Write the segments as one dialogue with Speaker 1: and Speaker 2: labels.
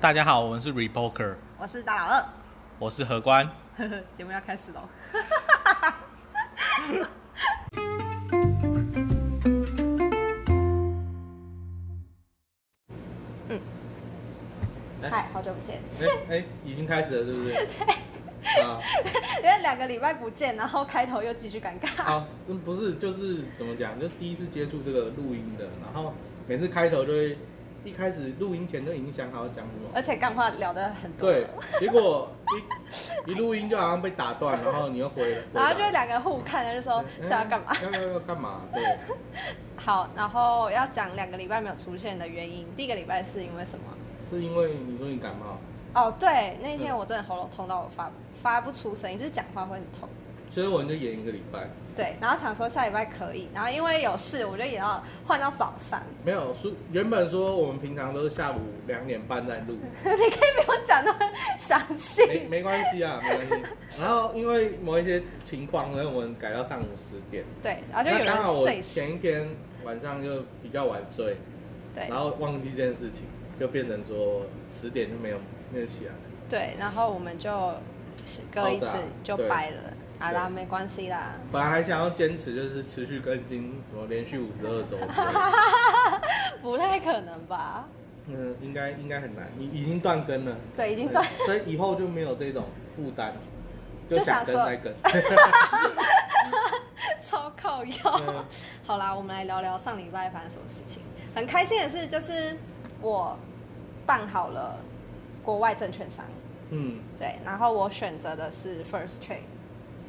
Speaker 1: 大家好，我们是 Repoker，
Speaker 2: 我是大老二
Speaker 1: 我是何官。
Speaker 2: 呵呵， 节目要开始喽。嗯嗨，好久不 见，
Speaker 3: 哎哎，已经开始了，对不 对？啊，
Speaker 2: 因为两个礼拜不见，然后开头又继续尴尬。
Speaker 3: 好，嗯不是，就是怎么讲，就第一次接触这个录音的，然后每次开头就会一开始录音前就已经想好要讲什么，
Speaker 2: 而且干话聊的很多，
Speaker 3: 对，结果一一 录音就好像被打断，然后你又回，回
Speaker 2: 然后就
Speaker 3: 来
Speaker 2: 两个互看，就说
Speaker 3: 嗯
Speaker 2: 是要干嘛？
Speaker 3: 要要要干嘛？对，
Speaker 2: 好，然后要讲两个礼拜没有出现的原因。第一个礼拜是因为什么？
Speaker 3: 是因为你说你感冒，
Speaker 2: 哦，对，那一天
Speaker 3: 嗯
Speaker 2: 我真的喉咙痛到我发发不出声音，就是讲话会很痛。
Speaker 3: 所以我就演一个礼拜，
Speaker 2: 对，然后想说下礼拜可以，然后因为有事，我就也要换到早上。
Speaker 3: 没有，是原本说我们平常都是下午两点半在录，
Speaker 2: 你可以不用讲那么详
Speaker 3: 没
Speaker 2: 细。
Speaker 3: 没关系啊，没关系。然后因为某一些情况呢，我们改到上午十点。
Speaker 2: 对，然后啊就有
Speaker 3: 那刚好
Speaker 2: 人
Speaker 3: 我
Speaker 2: 睡死。
Speaker 3: 前一天晚上就比较晚睡，
Speaker 2: 对
Speaker 3: 然后忘记这件事情，就变成说十点就没有没有起来。
Speaker 2: 对，然后我们就隔一次
Speaker 3: 爆炸
Speaker 2: 就
Speaker 3: 对
Speaker 2: 掰了。好啦，
Speaker 3: 对
Speaker 2: 没关系啦。
Speaker 3: 本来还想要坚持就是持续更新，什么连续五十二周之类的，
Speaker 2: 不太可能吧？
Speaker 3: 嗯，应该应该很难，已已经断更了，
Speaker 2: 对，已经断。
Speaker 3: 对，所以以后就没有这种负担，
Speaker 2: 就
Speaker 3: 想
Speaker 2: 想
Speaker 3: 更
Speaker 2: 说
Speaker 3: 再更。
Speaker 2: 超靠腰
Speaker 3: 嗯。
Speaker 2: 好啦，我们来聊聊上礼拜发生什么事情。很开心的是，就是我办好了国外证券商，
Speaker 3: 嗯，
Speaker 2: 对，然后我选择的是 First Trade。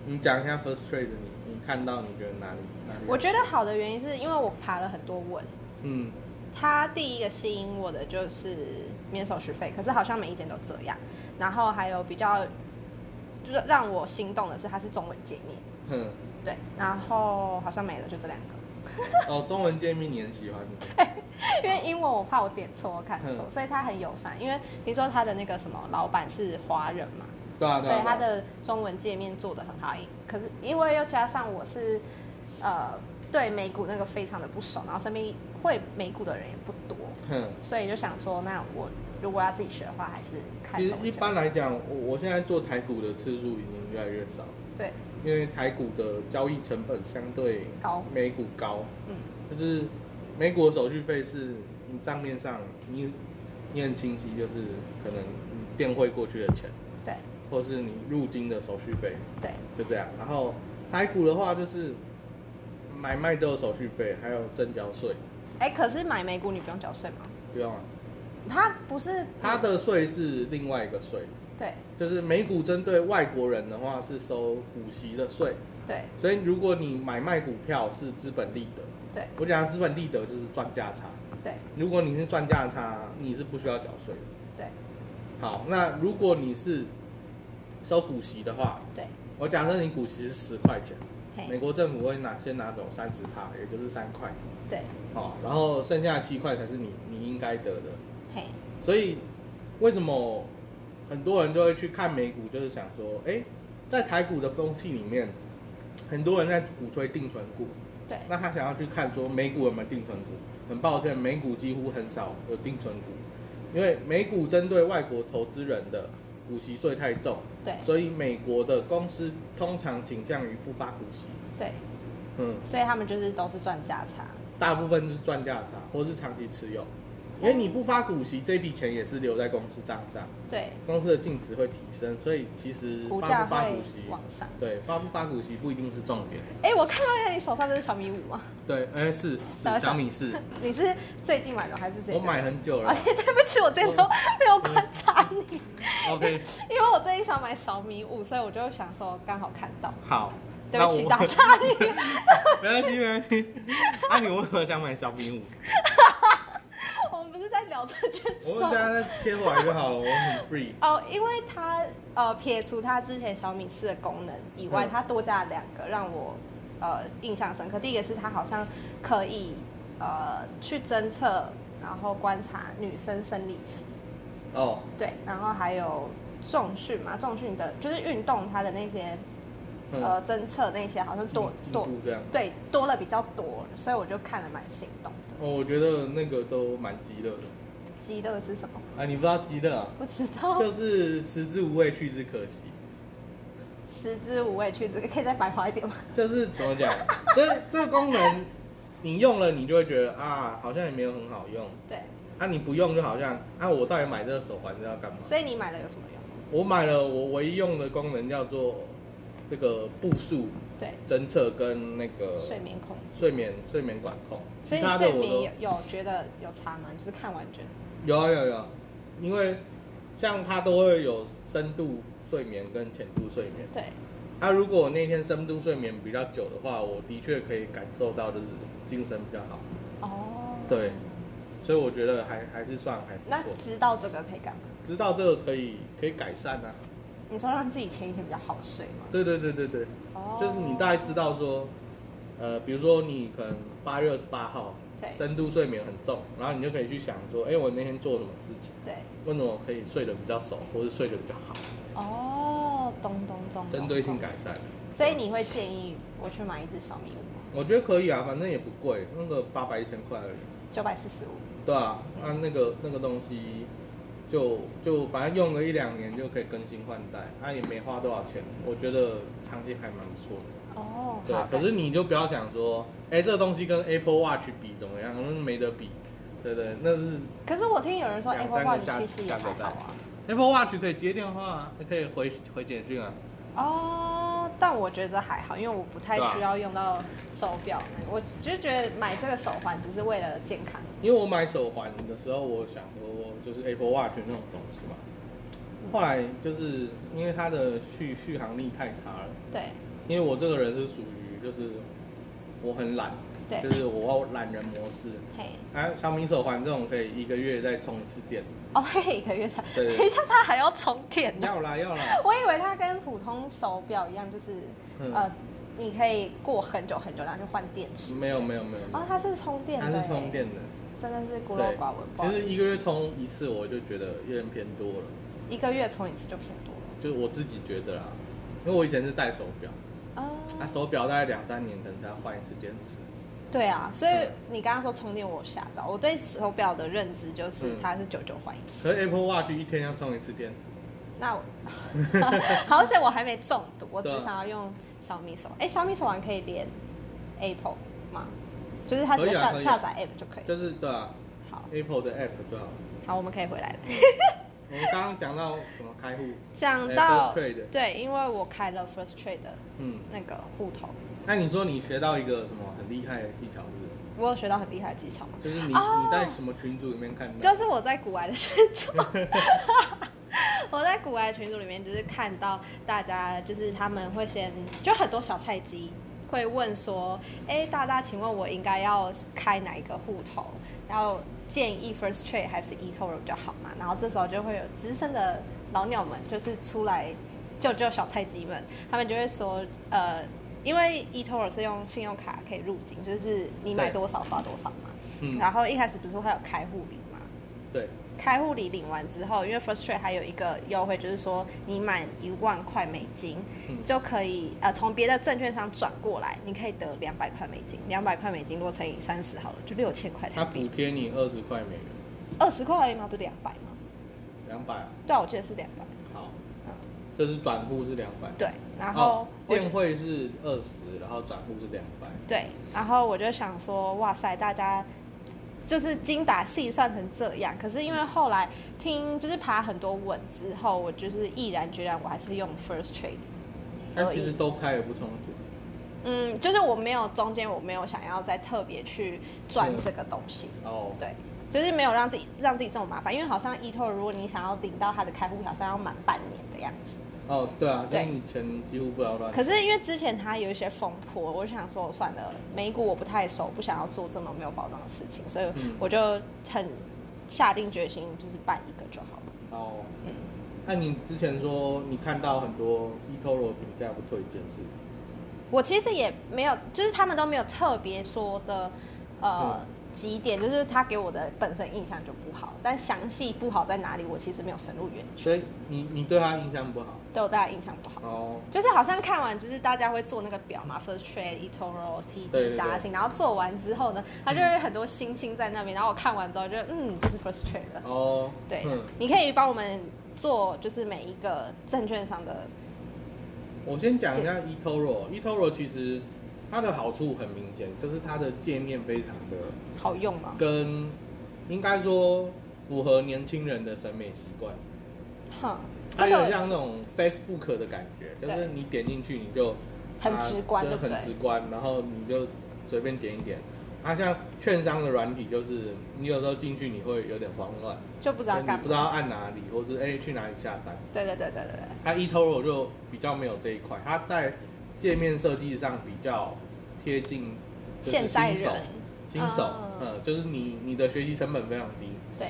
Speaker 3: 你讲一下 first trade 的你，你看到你觉得哪里哪里？
Speaker 2: 我觉得好的原因是因为我爬了很多文，
Speaker 3: 嗯，
Speaker 2: 它第一个吸引我的就是免手续费，可是好像每一间都这样。然后还有比较就是让我心动的是，它是中文界面，
Speaker 3: 哼，
Speaker 2: 对，然后好像没了，就这两个。
Speaker 3: 哦，中文界面你很喜欢，
Speaker 2: 因为英文我怕我点错、我看错，
Speaker 3: 嗯
Speaker 2: 所以他很友善。因为听说他的那个什么老板是华人嘛，
Speaker 3: 对啊，对啊，
Speaker 2: 所以他
Speaker 3: 对啊
Speaker 2: 的中文界面做的很好。可是因为又加上我是呃对美股那个非常的不熟，然后身边会美股的人也不多，
Speaker 3: 哼。
Speaker 2: 所以就想说，那我如果要自己学的话，还是看
Speaker 3: 其实
Speaker 2: 中文
Speaker 3: 一
Speaker 2: 就
Speaker 3: 般来讲，我我现在做台股的次数已经越来越少，
Speaker 2: 对，
Speaker 3: 因为台股的交易成本相对
Speaker 2: 高
Speaker 3: 美股高，
Speaker 2: 嗯，
Speaker 3: 就是美股的手续费是你账面上你你很清晰，就是可能你电汇过去的钱，
Speaker 2: 对
Speaker 3: 或是你入金的手续费，
Speaker 2: 对
Speaker 3: 就这样。然后台股的话就是买卖都有手续费，还有证交税，
Speaker 2: 哎、可是买美股你不用缴税吗？
Speaker 3: 不用啊，
Speaker 2: 他不是
Speaker 3: 它的税是另外一个税。
Speaker 2: 对
Speaker 3: 就是美股针对外国人的话是收股息的税，
Speaker 2: 对
Speaker 3: 所以如果你买卖股票是资本利得，
Speaker 2: 对
Speaker 3: 我讲的资本利得就是赚价差。
Speaker 2: 对
Speaker 3: 如果你是赚价差，你是不需要缴税的。
Speaker 2: 对
Speaker 3: 好，那如果你是收股息的话，
Speaker 2: 对，
Speaker 3: 我假设你股息是十块钱，美
Speaker 2: 嘿，
Speaker 3: 国政府会拿先拿走三十趴，也就是三块，
Speaker 2: 对
Speaker 3: 好，然后剩下七块才是你你应该得的。
Speaker 2: 嘿，
Speaker 3: 所以为什么很多人都会去看美股，就是想说，哎、在台股的风气里面，很多人在鼓吹定存股，
Speaker 2: 对
Speaker 3: 那他想要去看说美股有没有定存股。很抱歉，美股几乎很少有定存股，因为美股针对外国投资人的股息税太重，
Speaker 2: 对
Speaker 3: 所以美国的公司通常倾向于不发股息。
Speaker 2: 对。
Speaker 3: 嗯，
Speaker 2: 所以他们就是都是赚价差。
Speaker 3: 大部分是赚价差或是长期持有，因为你不发股息，这笔钱也是留在公司账上。
Speaker 2: 对，
Speaker 3: 公司的净值会提升，所以其实
Speaker 2: 股
Speaker 3: 发
Speaker 2: 价
Speaker 3: 不发
Speaker 2: 会
Speaker 3: 股息，
Speaker 2: 往上。
Speaker 3: 对，发不发股息不一定是重点。
Speaker 2: 哎、我看到一下你手上这是小米五吗？
Speaker 3: 对，哎、是
Speaker 2: 大家
Speaker 3: 是小
Speaker 2: 想
Speaker 3: 米是，
Speaker 2: 你 是最近买的还是这？
Speaker 3: 我买很久了
Speaker 2: 哎。对不起，我之前都没有观察你，
Speaker 3: OK，
Speaker 2: 因为我最近想买小米五，所以我就想说刚好看到。
Speaker 3: 好，
Speaker 2: 对
Speaker 3: 那
Speaker 2: 不
Speaker 3: 我
Speaker 2: 起，打岔你。
Speaker 3: 没关系，没关系。啊，你为什么想买小米五？
Speaker 2: 我们不是在聊这件
Speaker 3: 我
Speaker 2: 事
Speaker 3: 们大。家再切回来就好了，我很 free。
Speaker 2: 哦，因为它呃撇除它之前小米四的功能以外，
Speaker 3: 嗯
Speaker 2: 它多加了两个让我呃印象深刻。第一个是它好像可以呃去侦测，然后观察女生生理期，
Speaker 3: 哦，
Speaker 2: 对，然后还有重训嘛，重训的就是运动它的那些、呃
Speaker 3: 嗯，
Speaker 2: 侦测那些好像多
Speaker 3: 进
Speaker 2: 多
Speaker 3: 进步这样。
Speaker 2: 对多了比较多，所以我就看了蛮心动的。
Speaker 3: 哦，我觉得那个都蛮极乐的，
Speaker 2: 鸡乐是什么？
Speaker 3: 啊，你不知道极乐啊？
Speaker 2: 不知道。
Speaker 3: 就是食之无味，去之可惜。
Speaker 2: 食之无味去之，可以再白话一点吗？
Speaker 3: 就是怎么讲， 这这个功能你用了，你就会觉得啊，好像也没有很好用。
Speaker 2: 对，
Speaker 3: 啊，你不用就好像啊，我到底买这个手环是要干嘛？
Speaker 2: 所以你买了有什么用？
Speaker 3: 我买了，我唯一用的功能叫做这个步数
Speaker 2: 对，
Speaker 3: 侦测跟那个
Speaker 2: 睡眠控制。
Speaker 3: 睡眠睡眠管控，其
Speaker 2: 所以你
Speaker 3: 他的
Speaker 2: 睡
Speaker 3: 我都
Speaker 2: 眠有有觉得有差吗？就是看完觉得
Speaker 3: 有啊有有啊，因为像它都会有深度睡眠跟浅度睡眠。
Speaker 2: 对，
Speaker 3: 啊，如果我那天深度睡眠比较久的话，我的确可以感受到就是精神比较好，
Speaker 2: 哦，
Speaker 3: 对所以我觉得还还是算还
Speaker 2: 那
Speaker 3: 不错。
Speaker 2: 知道这个可以干嘛？
Speaker 3: 知道这个可以可以改善啊，
Speaker 2: 你说让自己前一天比较好睡吗？
Speaker 3: 对对对对对，
Speaker 2: 哦，
Speaker 3: 就是你大概知道说，呃，比如说你可能八月二十八号
Speaker 2: 对
Speaker 3: 深度睡眠很重，然后你就可以去想说，哎、我那天做什么事情，
Speaker 2: 对，
Speaker 3: 为什么可以睡得比较熟，或者睡得比较好，
Speaker 2: 嗯哦，咚咚咚，
Speaker 3: 针对性
Speaker 2: 感。
Speaker 3: 改善。
Speaker 2: 所以你会建议我去买一只小米五，
Speaker 3: 我觉得可以啊，反正也不贵，那个八百一千块而已。
Speaker 2: 九百四十五，
Speaker 3: 对啊，那、那个那个东西就就反正用个一两年就可以更新换代，那、也没花多少钱，我觉得长期还蛮不错的。
Speaker 2: 哦，
Speaker 3: 对
Speaker 2: 好，
Speaker 3: 可是你就不要想说，哎、这个东西跟 Apple Watch 比怎么样，那没得比，对不对？那是
Speaker 2: 可是我听有人说
Speaker 3: 两
Speaker 2: Apple
Speaker 3: 三
Speaker 2: Watch
Speaker 3: 个价
Speaker 2: 其实也
Speaker 3: 价
Speaker 2: 还
Speaker 3: 格带
Speaker 2: 好啊。
Speaker 3: Apple Watch 可以接电话啊，可以回回简讯啊。
Speaker 2: 哦，但我觉得还好，因为我不太
Speaker 3: 对啊
Speaker 2: 需要用到手表那个，我就觉得买这个手环只是为了健康。
Speaker 3: 因为我买手环的时候，我想说就是 Apple Watch 那种东西嘛，后来就是因为它的续续航力太差了。
Speaker 2: 对
Speaker 3: 因为我这个人是属于就是我很懒，
Speaker 2: 对
Speaker 3: 就是我懒人模式。
Speaker 2: 嘿，
Speaker 3: 啊，小米手环这种可以一个月再充一次电，
Speaker 2: 哦，嘿，一个月才，
Speaker 3: 对
Speaker 2: 等一下它还要充电呢。
Speaker 3: 要啦要啦，
Speaker 2: 我以为它跟普通手表一样，就是、
Speaker 3: 嗯
Speaker 2: 呃，你可以过很久很久，然后去换电池。
Speaker 3: 没有没有没有，
Speaker 2: 哦，它是充电
Speaker 3: 它
Speaker 2: 的，欸
Speaker 3: 是充，电的，
Speaker 2: 真的是孤陋
Speaker 3: 对
Speaker 2: 寡闻。，不好
Speaker 3: 其
Speaker 2: 意思
Speaker 3: 实一个月充一次我就觉得有点偏多了，
Speaker 2: 一个月充一次就偏多了。
Speaker 3: 就是我自己觉得啦，因为我以前是戴手表，啊
Speaker 2: 哦，
Speaker 3: 手表大概两三年可能才要换一次电池，
Speaker 2: 对啊，所以
Speaker 3: 嗯
Speaker 2: 你刚刚说充电，我吓到。我对手表的认知就是
Speaker 3: 嗯
Speaker 2: 它是九九换一次。
Speaker 3: 可是 Apple Watch 一天要充一次电，
Speaker 2: 那我 好险我还没中毒，我只
Speaker 3: 对啊
Speaker 2: 想要用小米手环。哎、小米手环可以连 Apple 吗？就是它直
Speaker 3: 可以
Speaker 2: 接
Speaker 3: 啊
Speaker 2: 下、
Speaker 3: 可以啊
Speaker 2: 下载 App 就可以。
Speaker 3: 就是对啊
Speaker 2: 好，
Speaker 3: Apple 的 App 就好了。
Speaker 2: 好，我们可以回 来了。
Speaker 3: 我们刚刚讲到什么开户，
Speaker 2: 讲
Speaker 3: 哎
Speaker 2: 到
Speaker 3: First Trade
Speaker 2: 对，因为我开了 First Trade 的
Speaker 3: 嗯。
Speaker 2: 那个户头，
Speaker 3: 那你说你学到一个什么很厉害的技巧是
Speaker 2: 我有学到很厉害的技巧嘛，
Speaker 3: 不是？就是你、
Speaker 2: 哦
Speaker 3: 你在什么群组里面看到？
Speaker 2: 就是我在古玩的群组， 我在古玩群组里面就是看到大家就是他们会先就很多小菜鸡会问说，哎、大大，请问我应该要开哪一个户头？然后建议 First Trade 还是 eToro 比较好嘛？然后这时候就会有资深的老鸟们就是出来救救小菜鸡们，他们就会说，呃。因为 eToro 是用信用卡可以入金，就是你买
Speaker 3: 对
Speaker 2: 多少刷多少嘛。
Speaker 3: 嗯，
Speaker 2: 然后一开始不是会有开户礼嘛？
Speaker 3: 对，
Speaker 2: 开户礼领完之后，因为 First Trade 还有一个优惠，就是说你满一万块美金、
Speaker 3: 嗯
Speaker 2: 就可以呃从别的证券商转过来，你可以得两百块美金。两百块美金如果乘以三十好了，就六千块
Speaker 3: 他
Speaker 2: 台
Speaker 3: 补
Speaker 2: 币，
Speaker 3: 贴你二十块美元，
Speaker 2: 二十块而已吗？不是两百吗？
Speaker 3: 两百、
Speaker 2: 对、啊，我记得是两百。
Speaker 3: 好，
Speaker 2: 嗯，
Speaker 3: 这是转户是两百，
Speaker 2: 对。然后
Speaker 3: 哦
Speaker 2: 我
Speaker 3: 电
Speaker 2: 就、
Speaker 3: 汇是二十，然后转户是两百，
Speaker 2: 对，然后我就想说，哇塞，大家就是精打细算成这样。可是因为后来听就是爬很多文之后，我就是毅然决然，我还是用 First Trade。
Speaker 3: 但
Speaker 2: 可以
Speaker 3: 其实都开也不冲突，
Speaker 2: 嗯，就是我没有中间我没有想要再特别去赚这个东西，
Speaker 3: 哦，
Speaker 2: 对，就是没有让自己让自己这么麻烦，因为好像 eToro 如果你想要领到它的开户，好像要满半年的样子。
Speaker 3: 哦，对啊，
Speaker 2: 对
Speaker 3: 但你钱几乎不要乱，
Speaker 2: 可是因为之前它有一些风波，我就想说算了，美股我不太熟，不想要做这么没有保障的事情，所以
Speaker 3: 嗯
Speaker 2: 我就很下定决心，就是办一个就好了。
Speaker 3: 哦，
Speaker 2: 嗯，
Speaker 3: 那你之前说你看到很多 eToro 的评价不推荐是，嗯
Speaker 2: 我其实也没有，就是他们都没有特别说的，呃，几点，就是他给我的本身印象就不好，但详细不好在哪里，我其实没有深入研究，
Speaker 3: 所以你你对他印象不好
Speaker 2: 对我大家印象不好。
Speaker 3: 哦，
Speaker 2: 就是好像看完，就是大家会做那个表嘛，first trade、eToro、
Speaker 3: 对对
Speaker 2: TD、
Speaker 3: 对
Speaker 2: 杂兴，然后做完之后呢，它就会很多星星在那边。然后我看完之后就，嗯，就是 first trade 了。
Speaker 3: 哦，
Speaker 2: 对
Speaker 3: 嗯，
Speaker 2: 你可以帮我们做，就是每一个证券商的，
Speaker 3: 我先讲一下 E eToro，eToro 其实它的好处很明显，就是它的界面非常的
Speaker 2: 好用吗？
Speaker 3: 跟应该说符合年轻人的审美习惯，
Speaker 2: 哼，
Speaker 3: 它
Speaker 2: 这
Speaker 3: 有点像那
Speaker 2: 个
Speaker 3: 种 Facebook 的感觉，就
Speaker 2: 对
Speaker 3: 是你点进去你就
Speaker 2: 很
Speaker 3: 啊
Speaker 2: 直观
Speaker 3: 就是
Speaker 2: 对不
Speaker 3: 很
Speaker 2: 对
Speaker 3: 直观，然后你就随便点一点。它、像券商的软体，就是你有时候进去你会有点慌乱，
Speaker 2: 就不知道
Speaker 3: 就
Speaker 2: 干
Speaker 3: 哎你
Speaker 2: 嘛，
Speaker 3: 不知道按哪里，或是哎、去哪里下单。
Speaker 2: 对对对对对对，
Speaker 3: 它 eToro 就比较没有这一块，它在界面设计上比较贴近就是
Speaker 2: 现代
Speaker 3: 新手
Speaker 2: 人，
Speaker 3: 新手，
Speaker 2: 哦
Speaker 3: 呃，就是你你的学习成本非常低。
Speaker 2: 对，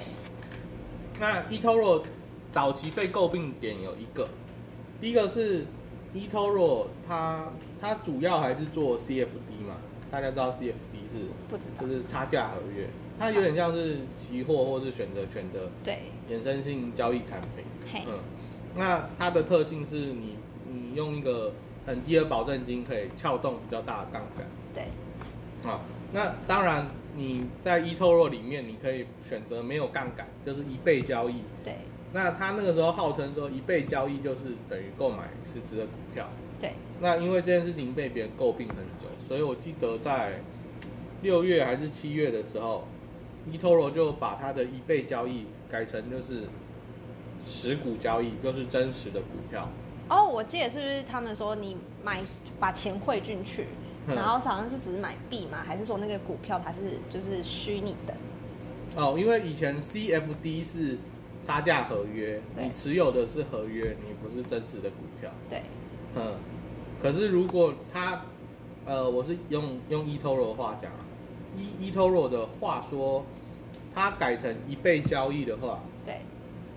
Speaker 3: 那 eToro 早期被诟病点有一个，第一个是 eToro 它它主要还是做 CFD 嘛，大家知道 CFD 是
Speaker 2: 不知
Speaker 3: 就，
Speaker 2: 道
Speaker 3: 是差价合约，它有点像是期货或是选择权的
Speaker 2: 对，
Speaker 3: 衍生性交易产品。
Speaker 2: 嘿，
Speaker 3: 嗯，那它的特性是你你用一个很低的保证金可以撬动比较大的杠杆
Speaker 2: 对，
Speaker 3: 啊。那当然你在 E eToro 里面，你可以选择没有杠杆，就是一倍交易。
Speaker 2: 对，
Speaker 3: 那它那个时候号称说一倍交易就是等于购买实质的股票。
Speaker 2: 对，
Speaker 3: 那因为这件事情被别人诟病很久，所以我记得在六月还是七月的时候，eToro 就把它的一倍交易改成就是实股交易，就是真实的股票。
Speaker 2: 哦，我记得是不是他们说你买把钱汇进去，
Speaker 3: 嗯
Speaker 2: 然后好像是只是买币嘛，还是说那个股票它是就是虚拟的？
Speaker 3: 哦，因为以前 CFD 是差价合约，
Speaker 2: 对
Speaker 3: 你持有的是合约，你不是真实的股票。
Speaker 2: 对，
Speaker 3: 嗯，可是如果它，呃，我是用用 eToro 的话讲啊，e eToro 的话说，它改成一倍交易的话，
Speaker 2: 对，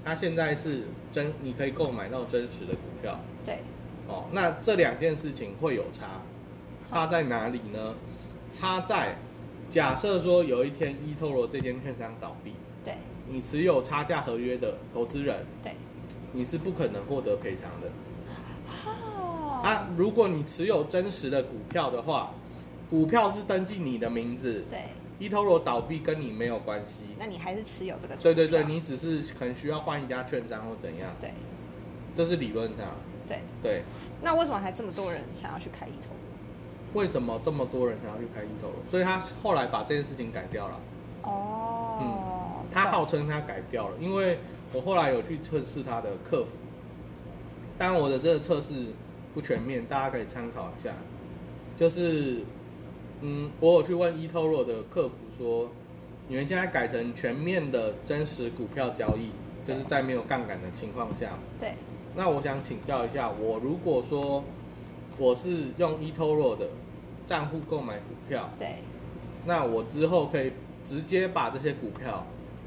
Speaker 3: 它现在是真，你可以购买到真实的股票
Speaker 2: 对，
Speaker 3: 哦。那这两件事情会有差，差在哪里呢？差在假设说有一天 E eToro 这间券商倒闭，
Speaker 2: 对，
Speaker 3: 你持有差价合约的投资人，
Speaker 2: 对。
Speaker 3: 你是不可能获得赔偿的。
Speaker 2: 哦，
Speaker 3: 啊，如果你持有真实的股票的话，股票是登记你的名字，E
Speaker 2: 对，
Speaker 3: ，eToro 倒闭跟你没有关系。
Speaker 2: 那你还是啊持有这个股
Speaker 3: 对
Speaker 2: 票？
Speaker 3: 对对，你只是可能需要换一家券商或怎样，
Speaker 2: 对
Speaker 3: 这是理论上。
Speaker 2: 对。
Speaker 3: 对，
Speaker 2: 那为什么还这么多人想要去开一投？
Speaker 3: 为什么这么多人想要去开 eToro？所以他后来把这件事情改掉了，
Speaker 2: 哦，
Speaker 3: 嗯他号称他改掉了，因为我后来有去测试他的客服，当然我的这个测试不全面，大家可以参考一下。就是，嗯，我有去问 eToro 的客服说，你们现在改成全面的真实股票交易，就是在没有杠杆的情况下，
Speaker 2: 对
Speaker 3: 那我想请教一下，我如果说我是用 eToro 的账户购买股票，
Speaker 2: 对
Speaker 3: 那我之后可以直接把这些股票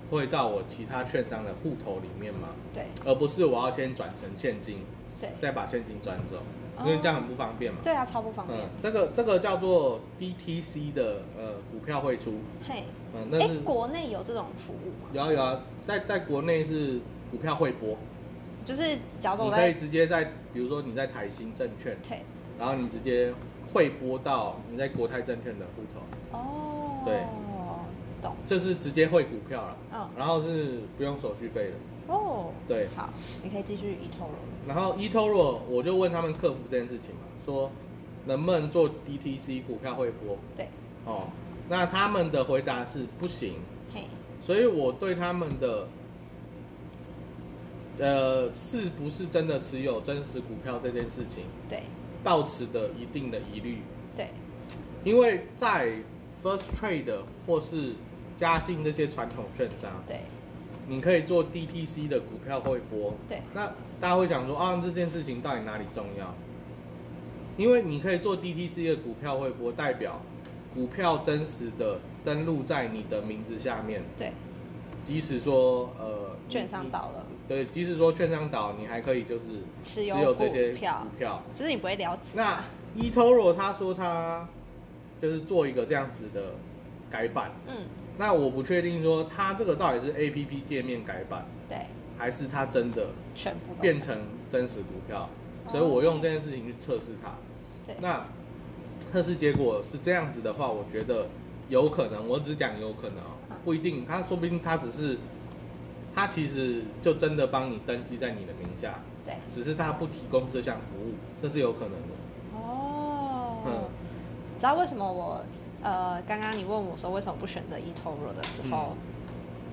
Speaker 3: 汇到我其他券商的户头里面吗？
Speaker 2: 对
Speaker 3: 而不是我要先转成现金，
Speaker 2: 对
Speaker 3: 再把现金转走，
Speaker 2: 哦
Speaker 3: 因为这样很不方便嘛。
Speaker 2: 对啊，超不方
Speaker 3: 嗯
Speaker 2: 便。，
Speaker 3: 这个这个叫做 DTC 的呃股票汇出，
Speaker 2: 嘿，
Speaker 3: 嗯，那
Speaker 2: 哎
Speaker 3: 是，
Speaker 2: 国内有这种服务吗？
Speaker 3: 有啊有啊，在在国内是股票汇拨，
Speaker 2: 就是假如说
Speaker 3: 你
Speaker 2: 我
Speaker 3: 可以
Speaker 2: 在
Speaker 3: 直接在比如说你在台新证券，
Speaker 2: 对
Speaker 3: 然后你直接汇拨到你在国泰证券的户头，
Speaker 2: 哦，
Speaker 3: 对，
Speaker 2: 懂
Speaker 3: 这是直接汇股票了，
Speaker 2: 嗯
Speaker 3: 然后是不用手续费的。
Speaker 2: 哦，
Speaker 3: 对
Speaker 2: 好，你可以继续一头了。
Speaker 3: 然后 eToro 我就问他们客服这件事情嘛，说能不能做 DTC 股票汇拨
Speaker 2: 对，
Speaker 3: 哦，那他们的回答是不行，
Speaker 2: 嘿，
Speaker 3: 所以我对他们的呃是不是真的持有真实股票这件事情
Speaker 2: 对
Speaker 3: 抱持的一定的疑虑，
Speaker 2: 对
Speaker 3: 因为在 First Trade 或是嘉信这些传统券商，
Speaker 2: 对
Speaker 3: 你可以做 DTC 的股票汇拨。
Speaker 2: 对
Speaker 3: 那大家会想说啊，这件事情到底哪里重要？因为你可以做 DTC 的股票汇拨，代表股票真实的登录在你的名字下面。
Speaker 2: 对，
Speaker 3: 即使说呃，你
Speaker 2: 券商，倒了，
Speaker 3: 你对，即使说券商倒，你还可以就是
Speaker 2: 持有
Speaker 3: 有这些
Speaker 2: 股票
Speaker 3: 股票 E
Speaker 2: 就是你不会了解。
Speaker 3: 那 eToro 他说他就是做一个这样子的改版。
Speaker 2: 嗯，
Speaker 3: 那我不确定说它这个到底是 A P P 界面改版，
Speaker 2: 对，
Speaker 3: 还是它真的
Speaker 2: 全部都
Speaker 3: 变成真实股票，
Speaker 2: 哦
Speaker 3: 所以我用这件事情去测试它。
Speaker 2: 对，
Speaker 3: 那测试结果是这样子的话，我觉得有可能，我只讲有可能哦，
Speaker 2: 嗯
Speaker 3: 不一定。他说不定他只是，他其实就真的帮你登记在你的名下，
Speaker 2: 对，
Speaker 3: 只是他不提供这项服务，这是有可能的。
Speaker 2: 哦，
Speaker 3: 嗯
Speaker 2: 你知道为什么我呃刚刚你问我说为什么不选择 eToro 的时
Speaker 3: 嗯
Speaker 2: 候，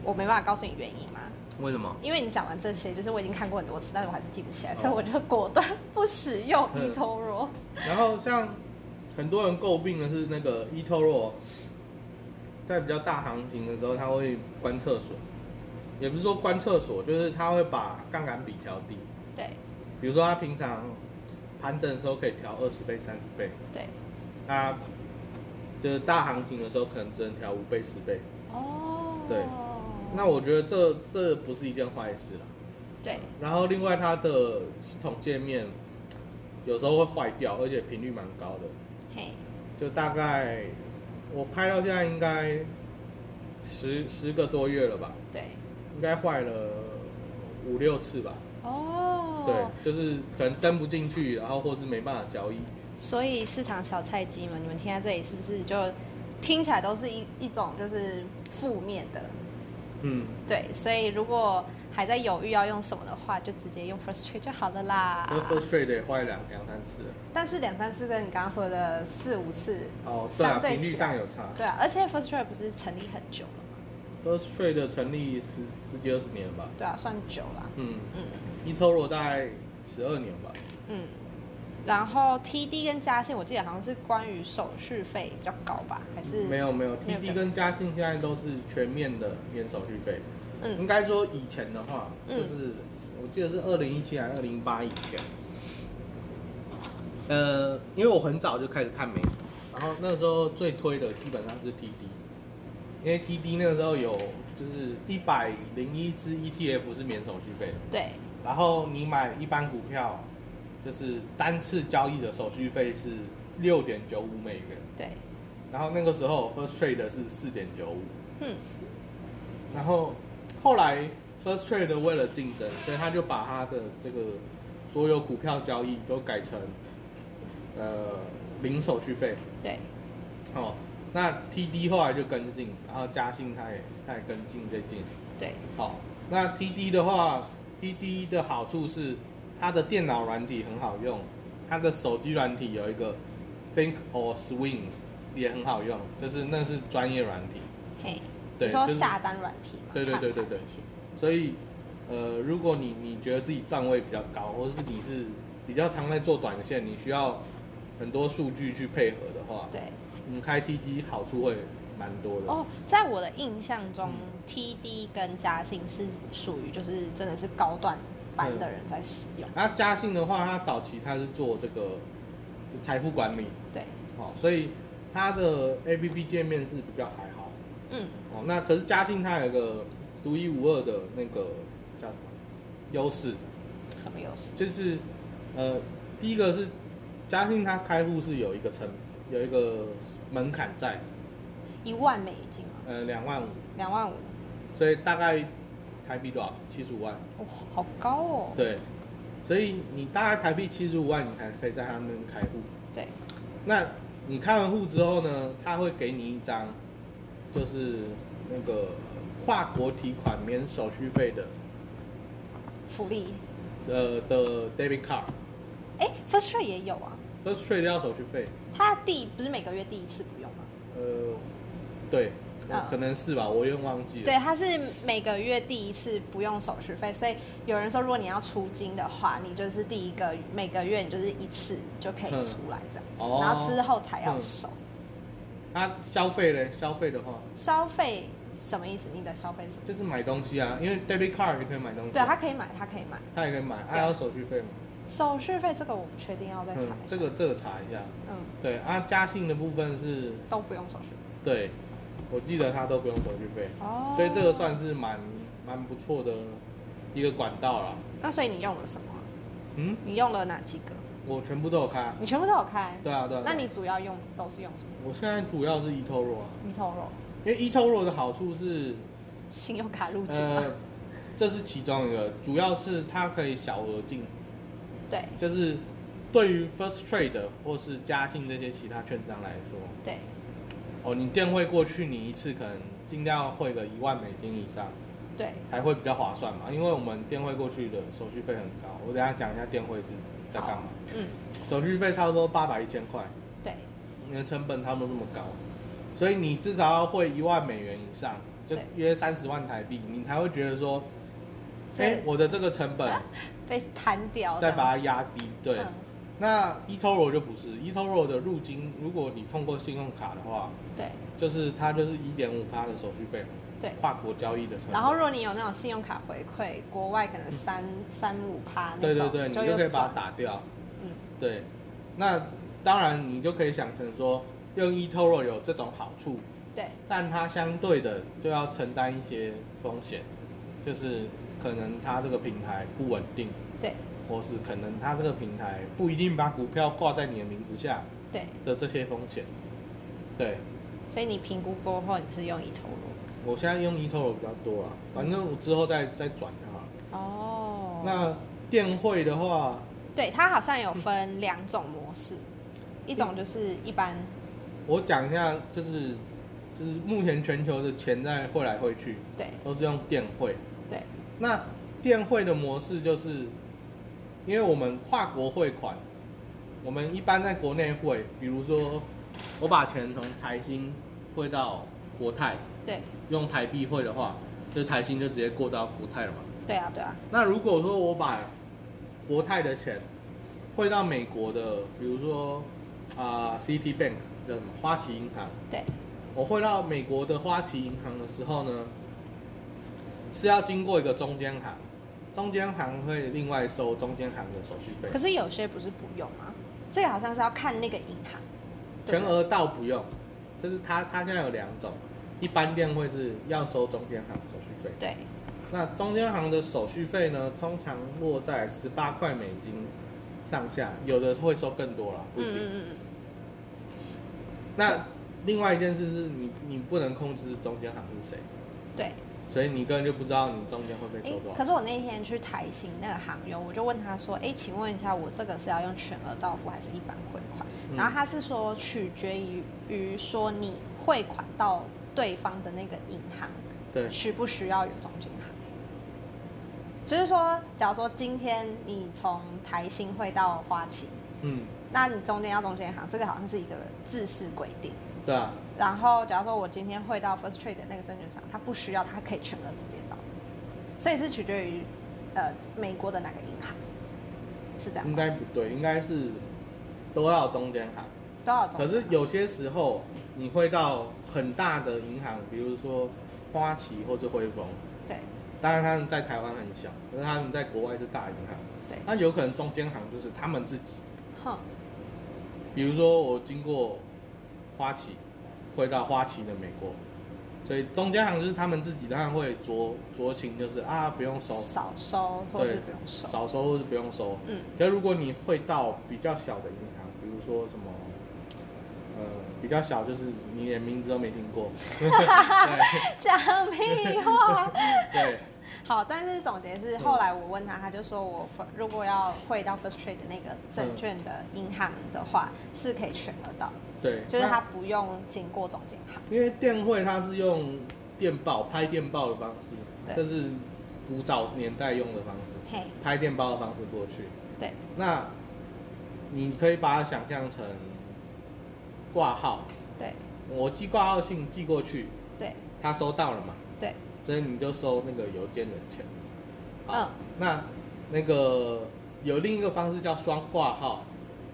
Speaker 2: 我没办法告诉你原因吗？
Speaker 3: 为什么？
Speaker 2: 因为你讲完这些，就是我已经看过很多次，但是我还是记不起来，
Speaker 3: 哦
Speaker 2: 所以我就果断不使用
Speaker 3: 嗯
Speaker 2: eToro。
Speaker 3: 然后像很多人诟病的是那个 eToro，在比较大行情的时候，他会关厕所，也不是说关厕所，就是他会把杠杆比调低。
Speaker 2: 对
Speaker 3: 比如说他平常盘整的时候可以调二十倍、三十倍，
Speaker 2: 对，
Speaker 3: 那就是大行情的时候可能只能调五倍、十倍。
Speaker 2: 哦，
Speaker 3: 对，那我觉得这这不是一件坏事啦。
Speaker 2: 对
Speaker 3: 然后另外它的系统界面有时候会坏掉，而且频率蛮高的，
Speaker 2: 嘿，
Speaker 3: 就大概我开到现在应该十十个多月了吧，
Speaker 2: 对，
Speaker 3: 应该坏了五六次吧。
Speaker 2: 哦，
Speaker 3: 对，就是可能登不进去，然后或是没办法交易。
Speaker 2: 所以市场小菜鸡们，你们听在这里是不是就听起来都是一一种就是负面的？
Speaker 3: 嗯，
Speaker 2: 对，所以如果还在犹豫要用什么的话，就直接用 First Trade 就好了啦。
Speaker 3: 喝 first trade 也坏两两三次了。
Speaker 2: 但是两三次跟你刚刚说的四五次，
Speaker 3: 哦，对啊，
Speaker 2: 相对
Speaker 3: 频率
Speaker 2: 起来
Speaker 3: 上有差。
Speaker 2: 对啊，而且 First Trade 不是成立很久了吗？
Speaker 3: First Trade 的成立十十几二十年吧，
Speaker 2: 对啊，算久啦。
Speaker 3: 嗯
Speaker 2: 嗯
Speaker 3: ，eToro 大概十二年吧，
Speaker 2: 嗯。然后 TD 跟嘉信，我记得好像是关于手续费比较高吧，还是
Speaker 3: 没有没有
Speaker 2: 没有
Speaker 3: ，TD 跟嘉信现在都是全面的免手续费。应
Speaker 2: 嗯
Speaker 3: 该说以前的话，
Speaker 2: 嗯
Speaker 3: 就是我记得是二零一七还是二零一八以前，呃，因为我很早就开始看美股，然后那时候最推的基本上是 TD，因为 TD 那个时候有就是一百零一只 ETF 是免手续费的。
Speaker 2: 对
Speaker 3: 然后你买一般股票，就是单次交易的手续费是六点九五美元，
Speaker 2: 对，
Speaker 3: 然后那个时候 First Trade 是四点九五，
Speaker 2: 嗯
Speaker 3: 然后后来 First Trade 为了竞争，所以他就把他的这个所有股票交易都改成呃零手续费，
Speaker 2: 对
Speaker 3: 哦，那 TD 后来就跟进，然后嘉信他也他也跟进这进。
Speaker 2: 对
Speaker 3: 好，那 TD 的话，TD 的好处是它的电脑软体很好用，它的手机软体有一个 Think or Swing 也很好用，就是那是专业软体。
Speaker 2: 嘿，
Speaker 3: 对
Speaker 2: 你说
Speaker 3: 就是
Speaker 2: 下单软体嘛？
Speaker 3: 对对对对
Speaker 2: 看
Speaker 3: 对
Speaker 2: 盘那些
Speaker 3: 所以，呃，如果你你觉得自己段位比较高，或是你是比较常在做短线，你需要很多数据去配合的话，
Speaker 2: 对
Speaker 3: 你开 TD 好处会蛮多的。
Speaker 2: 哦，在我的印象中、
Speaker 3: 嗯
Speaker 2: t d 跟嘉信是属于就是真的是高段班
Speaker 3: 嗯
Speaker 2: 的人在使用，
Speaker 3: 那嘉信的话，它早期它是做这个财富管理，
Speaker 2: 对，
Speaker 3: 哦，所以它的 APP 界面是比较还好
Speaker 2: 嗯，
Speaker 3: 哦。那可是嘉信它有一个独一无二的那个叫什么优势，
Speaker 2: 什么优势？
Speaker 3: 就是呃，第一个是嘉信它开户是有一个成有一个门槛在，
Speaker 2: 一万美金啊，
Speaker 3: 呃，两万五，
Speaker 2: 两万五，
Speaker 3: 所以大概台币多少？七十五万，
Speaker 2: 哇、好高哦。
Speaker 3: 对。所以你大概台币七十五万，你才可以在他们开户。
Speaker 2: 对
Speaker 3: 那你开完户之后呢，他会给你一张，就是那个跨国提款免手续费的，
Speaker 2: 福利，
Speaker 3: 呃的 debit card，
Speaker 2: 哎，First Trade 也有啊，
Speaker 3: 所以税掉手续费，
Speaker 2: 它第不是每个月第一次不用吗？
Speaker 3: 呃，对，可
Speaker 2: 嗯
Speaker 3: 可能是吧，我有点忘记了。
Speaker 2: 对，它是每个月第一次不用手续费，所以有人说，如果你要出金的话，你就是第一个每个月你就是一次就可以
Speaker 3: 嗯
Speaker 2: 出来这样子，
Speaker 3: 哦
Speaker 2: 然后之后才要
Speaker 3: 嗯
Speaker 2: 收。
Speaker 3: 那消费嘞，消费的话
Speaker 2: 消费什么意思？你的消费是什么？
Speaker 3: 就是买东西啊，因为 debit card 你可以买东西，
Speaker 2: 对，他可以买，他可以买。
Speaker 3: 他也可以买，还
Speaker 2: 对
Speaker 3: 要手续费嘛，
Speaker 2: 手续费这个我不确定，要再查一
Speaker 3: 嗯
Speaker 2: 下。，
Speaker 3: 这个这个查一下。
Speaker 2: 嗯
Speaker 3: 对啊，嘉信的部分是，
Speaker 2: 都不用手续费。
Speaker 3: 对，我记得他都不用手续费。
Speaker 2: 哦
Speaker 3: 所以这个算是蛮蛮不错的一个管道啦。
Speaker 2: 那所以你用了什么啊？
Speaker 3: 嗯，
Speaker 2: 你用了哪几个？
Speaker 3: 我全部都有开啊。
Speaker 2: 你全部都有开？
Speaker 3: 对啊，对啊。对啊
Speaker 2: 那你主要用都是用什么
Speaker 3: 我现在主要是 eToro 啊，
Speaker 2: ？eToro。
Speaker 3: 因为 E eToro 的好处是，
Speaker 2: 信用卡入境嘛、
Speaker 3: 呃，这是其中一个，主要是它可以小额进，
Speaker 2: 对
Speaker 3: 就是对于 First Trade 或是嘉信这些其他券商来说，
Speaker 2: 对，
Speaker 3: 哦，你电汇过去，你一次可能尽量汇个一万美金以上，
Speaker 2: 对，
Speaker 3: 才会比较划算嘛。因为我们电汇过去的手续费很高，我等一下讲一下电汇是在干嘛。
Speaker 2: 嗯，
Speaker 3: 手续费差不多八百一千块，
Speaker 2: 对，
Speaker 3: 你的成本差不多这么高，所以你至少要汇一万美元以上，就
Speaker 2: 对
Speaker 3: 约三十万台币，你才会觉得说，
Speaker 2: 所
Speaker 3: 哎、
Speaker 2: 以
Speaker 3: 我的这个成本
Speaker 2: 被摊掉这
Speaker 3: 再
Speaker 2: 样，
Speaker 3: 把它压低。对，
Speaker 2: 啊嗯
Speaker 3: 那 eToro 就不是，eToro 的入金，如果你通过信用卡的话，
Speaker 2: 对
Speaker 3: 就是它就是一点五趴的手续费，
Speaker 2: 对。
Speaker 3: 跨国交易的成本。
Speaker 2: 然后，如果你有那种信用卡回馈，国外可能三三五趴那
Speaker 3: 对对
Speaker 2: 种，
Speaker 3: 嗯对，你
Speaker 2: 又
Speaker 3: 就可以把它
Speaker 2: 赚，
Speaker 3: 打掉。
Speaker 2: 嗯，
Speaker 3: 对，那当然你就可以想成说，用 eToro 有这种好处，
Speaker 2: 对
Speaker 3: 但它相对的就要承担一些风险，就是可能它这个平台不稳定，
Speaker 2: 对
Speaker 3: 或是可能它这个平台不一定把股票挂在你的名字下
Speaker 2: 对，
Speaker 3: 的这些风险。对
Speaker 2: 所以你评估过后，你是用一投入。
Speaker 3: 我现在用 eToro 比较多啊，反正我之后再再转就好了。
Speaker 2: 哦，
Speaker 3: 那电汇的话，
Speaker 2: 对它好像有分两种模式，一
Speaker 3: 嗯
Speaker 2: 种就是一般，
Speaker 3: 我讲一下，就是就是目前全球的钱在汇来汇去
Speaker 2: 对
Speaker 3: 都是用电汇。
Speaker 2: 对
Speaker 3: 那电汇的模式就是，因为我们跨国汇款，我们一般在国内汇，比如说我把钱从台新汇到国泰，
Speaker 2: 对
Speaker 3: 用台币汇的话，就是台新就直接过到国泰了嘛。
Speaker 2: 对啊对啊，
Speaker 3: 那如果说我把国泰的钱汇到美国的，比如说啊、City Bank 的花旗银行，
Speaker 2: 对
Speaker 3: 我汇到美国的花旗银行的时候呢，是要经过一个中间行，中间行会另外收中间行的手续
Speaker 2: 可
Speaker 3: 费，
Speaker 2: 是有些不是不用啊，这个好像是要看那个银行，对
Speaker 3: 全
Speaker 2: 不对啊
Speaker 3: 额到不用，就是它它现在有两种，一般店会是要收中间行手续费，
Speaker 2: 对
Speaker 3: 那中间行的手续费呢，通常落在十八块美金上下，有的会收更多啦，不一
Speaker 2: 嗯
Speaker 3: 定。
Speaker 2: 嗯嗯嗯，
Speaker 3: 那另外一件事是你你不能控制中间行是谁，
Speaker 2: 对。
Speaker 3: 所以你根本就不知道你中间会被
Speaker 2: 诶
Speaker 3: 收多少。
Speaker 2: 可是我那天去台新那个行员，我就问他说：“哎、请问一下，我这个是要用全额到付还是一般汇款？”
Speaker 3: 嗯
Speaker 2: 然后他是说取决于于说你汇款到对方的那个银行
Speaker 3: 对，
Speaker 2: 需不需要有中间行。就是说，假如说今天你从台新汇到花旗，
Speaker 3: 嗯，
Speaker 2: 那你中间要中间行，这个好像是一个制式规定。
Speaker 3: 对啊，
Speaker 2: 然后，假如说我今天汇到 First Trade 的那个证券商，它不需要，它可以全额直接到，所以是取决于呃美国的哪个银行，是这样
Speaker 3: 应
Speaker 2: 吗，
Speaker 3: 该不对，应该是都要中间行。
Speaker 2: 都要啊中。
Speaker 3: 可是有些时候你会到很大的银行，比如说花旗或是汇丰，
Speaker 2: 对
Speaker 3: 当然他们在台湾很小，可是他们在国外是大银行。
Speaker 2: 对，
Speaker 3: 那有可能中间行就是他们自己，
Speaker 2: 哼，
Speaker 3: 比如说我经过花旗，汇到花旗的美国，所以中间行就是他们自己，当然会酌酌情，就是啊不用收，
Speaker 2: 少收或是不用收。
Speaker 3: 少收或是不用收。
Speaker 2: 嗯，
Speaker 3: 可如果你汇到比较小的银行，比如说什么，呃，比较小就是你连名字都没听 过，对
Speaker 2: 讲屁话。
Speaker 3: 对
Speaker 2: 好，但是总结是，
Speaker 3: 嗯
Speaker 2: 后来我问他，他就说我 fir- 如果要汇到 First Trade 的那个证券的银行的话，是可以全额到，
Speaker 3: 对，
Speaker 2: 就是他
Speaker 3: 那
Speaker 2: 不用经过中间行。
Speaker 3: 因为电汇它是用电报拍电报的方式，
Speaker 2: 对
Speaker 3: 这是古早年代用的方式。
Speaker 2: 嘿，
Speaker 3: 拍电报的方式过去。
Speaker 2: 对
Speaker 3: 那你可以把它想象成挂号，
Speaker 2: 对
Speaker 3: 我寄挂号信寄过去，
Speaker 2: 对
Speaker 3: 他收到了嘛，
Speaker 2: 对，
Speaker 3: 所以你就收那个邮件的钱。好
Speaker 2: 嗯，
Speaker 3: 那那个有另一个方式叫双挂号，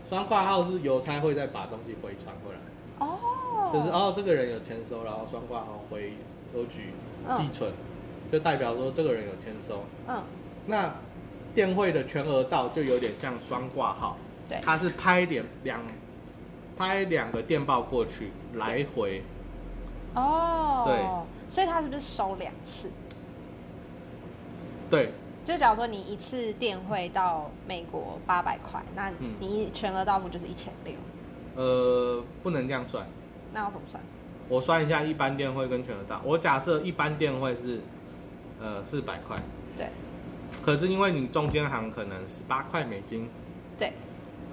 Speaker 3: 双挂号是邮差会再把东西回传回来，
Speaker 2: 哦，
Speaker 3: 就是哦这个人有签收，然后双挂号回邮局
Speaker 2: 嗯
Speaker 3: 寄存，就代表说这个人有签收。
Speaker 2: 嗯，
Speaker 3: 那电汇的全额到就有点像双挂号，
Speaker 2: 对
Speaker 3: 它是拍两两拍两个电报过去，来回
Speaker 2: 哦，对，所以他是不是收两次？
Speaker 3: 对
Speaker 2: 就假如说你一次电汇到美国八百块，那
Speaker 3: 嗯
Speaker 2: 你全额到付就是一千六，
Speaker 3: 呃不能这样算，
Speaker 2: 那要怎么算？
Speaker 3: 我算一下一般电汇跟全额大，我假设一般电汇是呃四百块，
Speaker 2: 对
Speaker 3: 可是因为你中间行可能十八块美金，
Speaker 2: 对，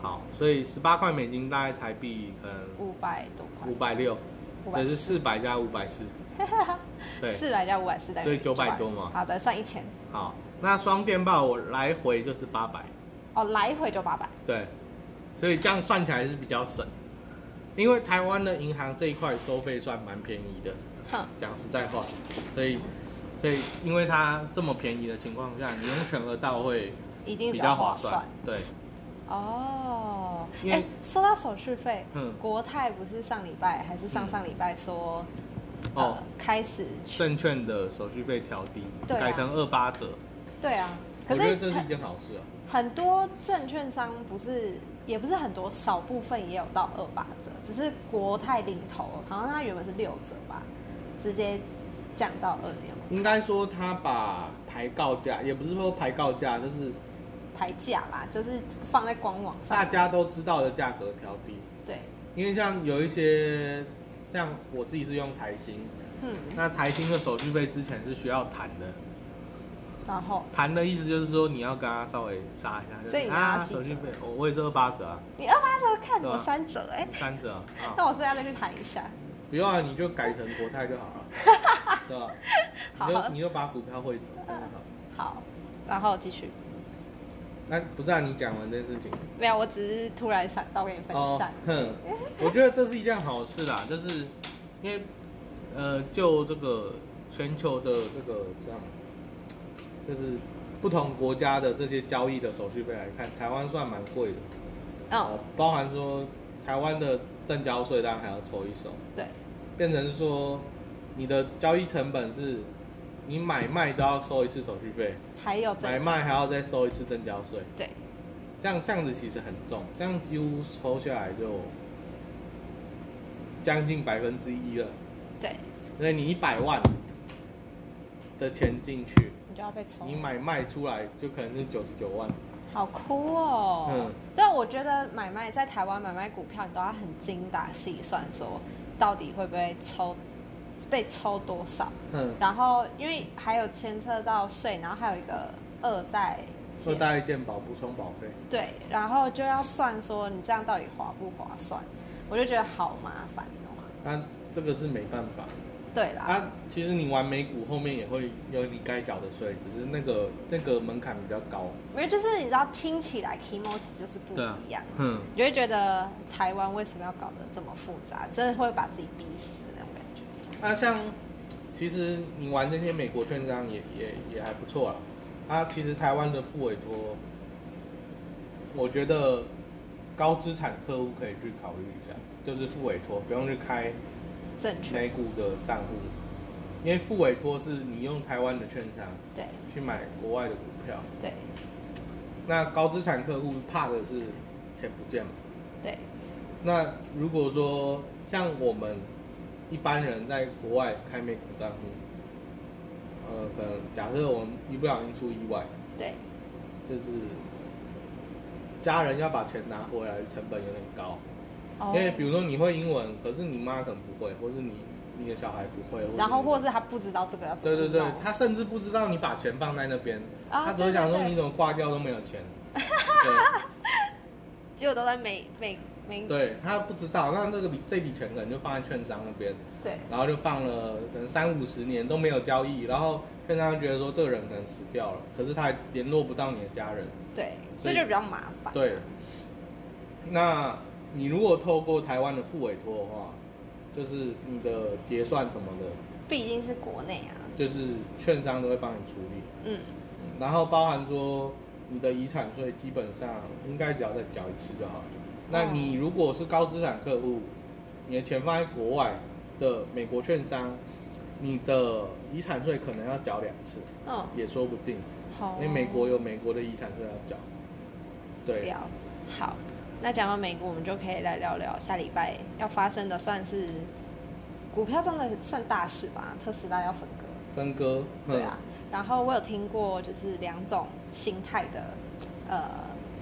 Speaker 3: 好，所以十八块美金大概台币可能
Speaker 2: 五百多块，
Speaker 3: 五百六，
Speaker 2: 540
Speaker 3: 也是四百加五 百四，对，
Speaker 2: 四百加五百四百，
Speaker 3: 所以900多嘛
Speaker 2: 好的，算一千。
Speaker 3: 好，那双电报我来回就是八百，
Speaker 2: 哦，来回就八百。
Speaker 3: 对，所以这样算起来是比较省，因为台湾的银行这一块收费算蛮便宜的，
Speaker 2: 哼，
Speaker 3: 讲实在话，所以所以因为它这么便宜的情况下，你用全额到会
Speaker 2: 一定
Speaker 3: 比较
Speaker 2: 划
Speaker 3: 划算，对，
Speaker 2: 哦，
Speaker 3: 因
Speaker 2: 哎
Speaker 3: 为，
Speaker 2: 说到手续费，
Speaker 3: 嗯
Speaker 2: 国泰不是上礼拜还是上上礼拜说，
Speaker 3: 哦
Speaker 2: 呃，开始去，
Speaker 3: 证券的手续费调低，
Speaker 2: 对啊
Speaker 3: 改成二八折，
Speaker 2: 对啊，可
Speaker 3: 我觉得这是
Speaker 2: 是
Speaker 3: 一
Speaker 2: 很
Speaker 3: 件好事啊。
Speaker 2: 很多证券商不是，也不是很多，少部分也有到二八折，只是国泰领头，好像它原本是六折吧，直接降到二点五，
Speaker 3: 应该说他把排告价，也不是说排告价，就是
Speaker 2: 排价啦，就是放在官网上，
Speaker 3: 大家都知道的价格调低。
Speaker 2: 对，
Speaker 3: 因为像有一些，像我自己是用台新，
Speaker 2: 嗯，
Speaker 3: 那台新的手续费之前是需要谈的，
Speaker 2: 然后
Speaker 3: 谈的意思就是说你要跟他稍微杀一下，就是
Speaker 2: 所以你拿
Speaker 3: 啊
Speaker 2: 几折
Speaker 3: 手续费，我我也是二八折啊，
Speaker 2: 你二八折看
Speaker 3: 对
Speaker 2: 我
Speaker 3: 啊
Speaker 2: 三折哎、
Speaker 3: 三 折啊，
Speaker 2: 那
Speaker 3: 啊
Speaker 2: 我是不是要再去谈一下？
Speaker 3: 不要啊你就改成国泰就好了， 对吧？你
Speaker 2: 好嗯
Speaker 3: 就你就把股票汇走，这样就好。
Speaker 2: 好，然后继续。
Speaker 3: 那不是啊，你讲完这件事情。哦
Speaker 2: 没有，我只是突然想到跟你分享。
Speaker 3: 哼，我觉得这是一件好事啦，就是因为呃，就这个全球的这个这样，就是不同国家的这些交易的手续费来看，台湾算蛮贵的，
Speaker 2: 嗯，
Speaker 3: 呃包含说台湾的正交税当然还要抽一手，
Speaker 2: 嗯对，
Speaker 3: 变成说你的交易成本是。你买卖都要收一次手续费，
Speaker 2: 还有这
Speaker 3: 买卖还要再收一次正交税，
Speaker 2: 对，
Speaker 3: 这样这样子其实很重，这样几乎抽下来就将近百分之一了。
Speaker 2: 对，
Speaker 3: 所以你一百万的钱进去，
Speaker 2: 你就要被抽
Speaker 3: 你。买卖出来就可能是九十九万。
Speaker 2: 好酷哦。
Speaker 3: 嗯
Speaker 2: 但我觉得买卖在台湾买卖股票，你都要很精打细算，说到底会不会抽，被抽多少。
Speaker 3: 嗯，
Speaker 2: 然后因为还有牵涉到税，然后还有一个二代结
Speaker 3: 二代健保补充保费，
Speaker 2: 对，然后就要算说你这样到底划不划算，我就觉得好麻烦哦。
Speaker 3: 那这个是没办法。
Speaker 2: 对啦，
Speaker 3: 啊，其实你玩美股后面也会有你该缴的税，只是那个那个门槛比较高。
Speaker 2: 因为就是你知道听起来 k i m o j i 就是不一样，
Speaker 3: 嗯，
Speaker 2: 你就会觉得台湾为什么要搞得这么复杂，真的会把自己逼死那种感觉。
Speaker 3: 那啊像，其实你玩这些美国券商也也也还不错啦。啊，其实台湾的副委托，我觉得高资产客户可以去考虑一下，就是副委托不用去开
Speaker 2: 正确，
Speaker 3: 美股的账户，因为副委托是你用台湾的券商
Speaker 2: 对
Speaker 3: 去买国外的股票。
Speaker 2: 对
Speaker 3: 那高资产客户怕的是钱不见嘛。
Speaker 2: 对
Speaker 3: 那如果说像我们一般人在国外开美股账户，呃，可能假设我们一不小心出意外，
Speaker 2: 对，
Speaker 3: 就是家人要把钱拿回来，成本有点高。
Speaker 2: 哦
Speaker 3: 因为比如说你会英文，可是你妈可能不会，或是你你的小孩不会，
Speaker 2: 然后或
Speaker 3: 是
Speaker 2: 是他不知道这个要
Speaker 3: 你
Speaker 2: 怎
Speaker 3: 对
Speaker 2: 么
Speaker 3: 对对
Speaker 2: 弄，
Speaker 3: 他甚至不知道你把钱放在那边，
Speaker 2: 啊
Speaker 3: 他只会想说
Speaker 2: 对对对
Speaker 3: 你怎么挂掉都没有钱。对
Speaker 2: 结果都在美美美
Speaker 3: 对他不知道，那这个笔这笔钱可能就放在券商那边，
Speaker 2: 对
Speaker 3: 然后就放了可能三五十年都没有交易，然后券商就觉得说这个人可能死掉了，可是他还联络不到你的家人，
Speaker 2: 对，
Speaker 3: 所
Speaker 2: 这
Speaker 3: 以
Speaker 2: 就比较麻烦。
Speaker 3: 对。那你如果透过台湾的副委托的话，就是你的结算什么的，
Speaker 2: 毕竟是国内啊，
Speaker 3: 就是券商都会帮你处理，
Speaker 2: 嗯，
Speaker 3: 然后包含说你的遗产税基本上应该只要再缴一次就好了。那
Speaker 2: 哦
Speaker 3: 你如果是高资产客户，你的钱放在国外的美国券商，你的遗产税可能要缴两次，
Speaker 2: 嗯，
Speaker 3: 也说不定，
Speaker 2: 好哦，
Speaker 3: 因为美国有美国的遗产税要缴。对，
Speaker 2: 聊。好，那讲到美股，我们就可以来聊聊下礼拜要发生的，算是股票中的算大事吧。特斯拉要分割，
Speaker 3: 分割。嗯
Speaker 2: 对啊。然后我有听过，就是两种心态的，呃，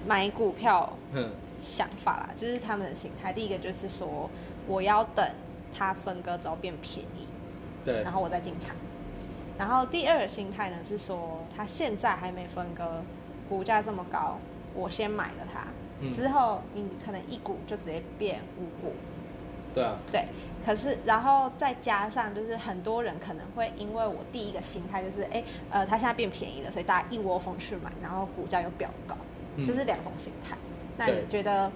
Speaker 2: 买股票
Speaker 3: 嗯
Speaker 2: 想法啦，就是他们的心态。第一个就是说，我要等它分割之后变便宜，
Speaker 3: 嗯对
Speaker 2: 然后我再进场。然后第二个心态呢是说，它现在还没分割，股价这么高，我先买了它，
Speaker 3: 嗯
Speaker 2: 之后你可能一股就直接变五股，
Speaker 3: 对啊，
Speaker 2: 对。可是，然后再加上就是很多人可能会因为我第一个心态就是，哎，呃，它现在变便宜了，所以大家一窝蜂去买，然后股价又飙高，
Speaker 3: 嗯
Speaker 2: 这是两种心态。那你
Speaker 3: 对
Speaker 2: 觉得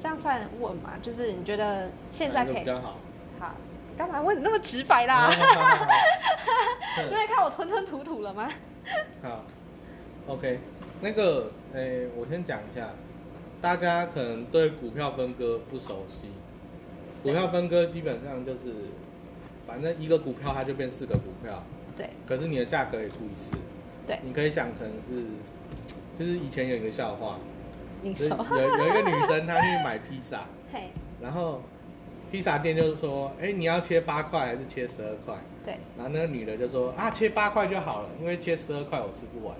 Speaker 2: 这样算问嘛？就是你觉得现在
Speaker 3: 哪一
Speaker 2: 可
Speaker 3: 个
Speaker 2: 以
Speaker 3: 比较啊好。
Speaker 2: 好，干嘛问得那么直 白啦？ 因
Speaker 3: 对，
Speaker 2: 为看我吞吞吐吐了吗？
Speaker 3: 好，OK，那个，诶、我先讲一下，大家可能对股票分割不熟悉，股票分割基本上就是，反正一个股票它就变四个股票，
Speaker 2: 对
Speaker 3: 可是你的价格也除以四，
Speaker 2: 对，
Speaker 3: 你可以想成是，就是以前有一个笑话，
Speaker 2: 你
Speaker 3: 就是
Speaker 2: 说，
Speaker 3: 有有一个女生她去买披萨，
Speaker 2: 嘿，
Speaker 3: 然后披萨店就说，哎、你要切八块还是切十二块？
Speaker 2: 对，
Speaker 3: 然后那个女的就说啊，切八块就好了，因为切十二块我吃不完。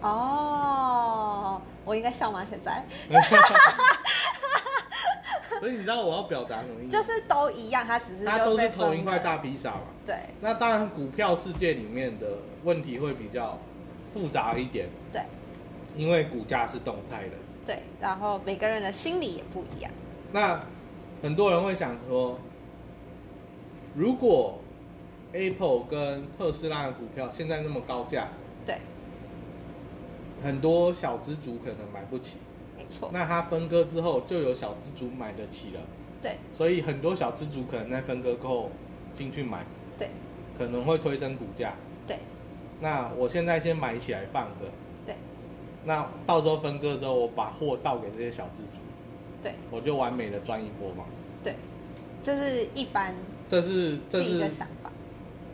Speaker 2: 哦，我应该笑吗？现在
Speaker 3: 所以你知道我要表达什么意思？
Speaker 2: 就是都一样，它只是
Speaker 3: 大家嗯都
Speaker 2: 就是被
Speaker 3: 同一
Speaker 2: 分
Speaker 3: 块
Speaker 2: 的
Speaker 3: 大披萨嘛。
Speaker 2: 对
Speaker 3: 那当然，股票世界里面的问题会比较复杂一点，
Speaker 2: 对
Speaker 3: 因为股价是动态的。
Speaker 2: 对，然后每个人的心理也不一样，
Speaker 3: 那很多人会想说，如果 Apple 跟特斯拉的股票现在那么高价，
Speaker 2: 对，
Speaker 3: 很多小资族可能买不起。
Speaker 2: 没错，
Speaker 3: 那它分割之后，就有小资族买得起了，
Speaker 2: 对
Speaker 3: 所以很多小资族可能在分割后进去买，
Speaker 2: 对
Speaker 3: 可能会推升股价。
Speaker 2: 对
Speaker 3: 那我现在先买起来放着，
Speaker 2: 对
Speaker 3: 那到时候分割之后，我把货倒给这些小资族，
Speaker 2: 对
Speaker 3: 我就完美的赚一波嘛。
Speaker 2: 对，这是一般
Speaker 3: 这是这
Speaker 2: 第一个
Speaker 3: 是
Speaker 2: 想法，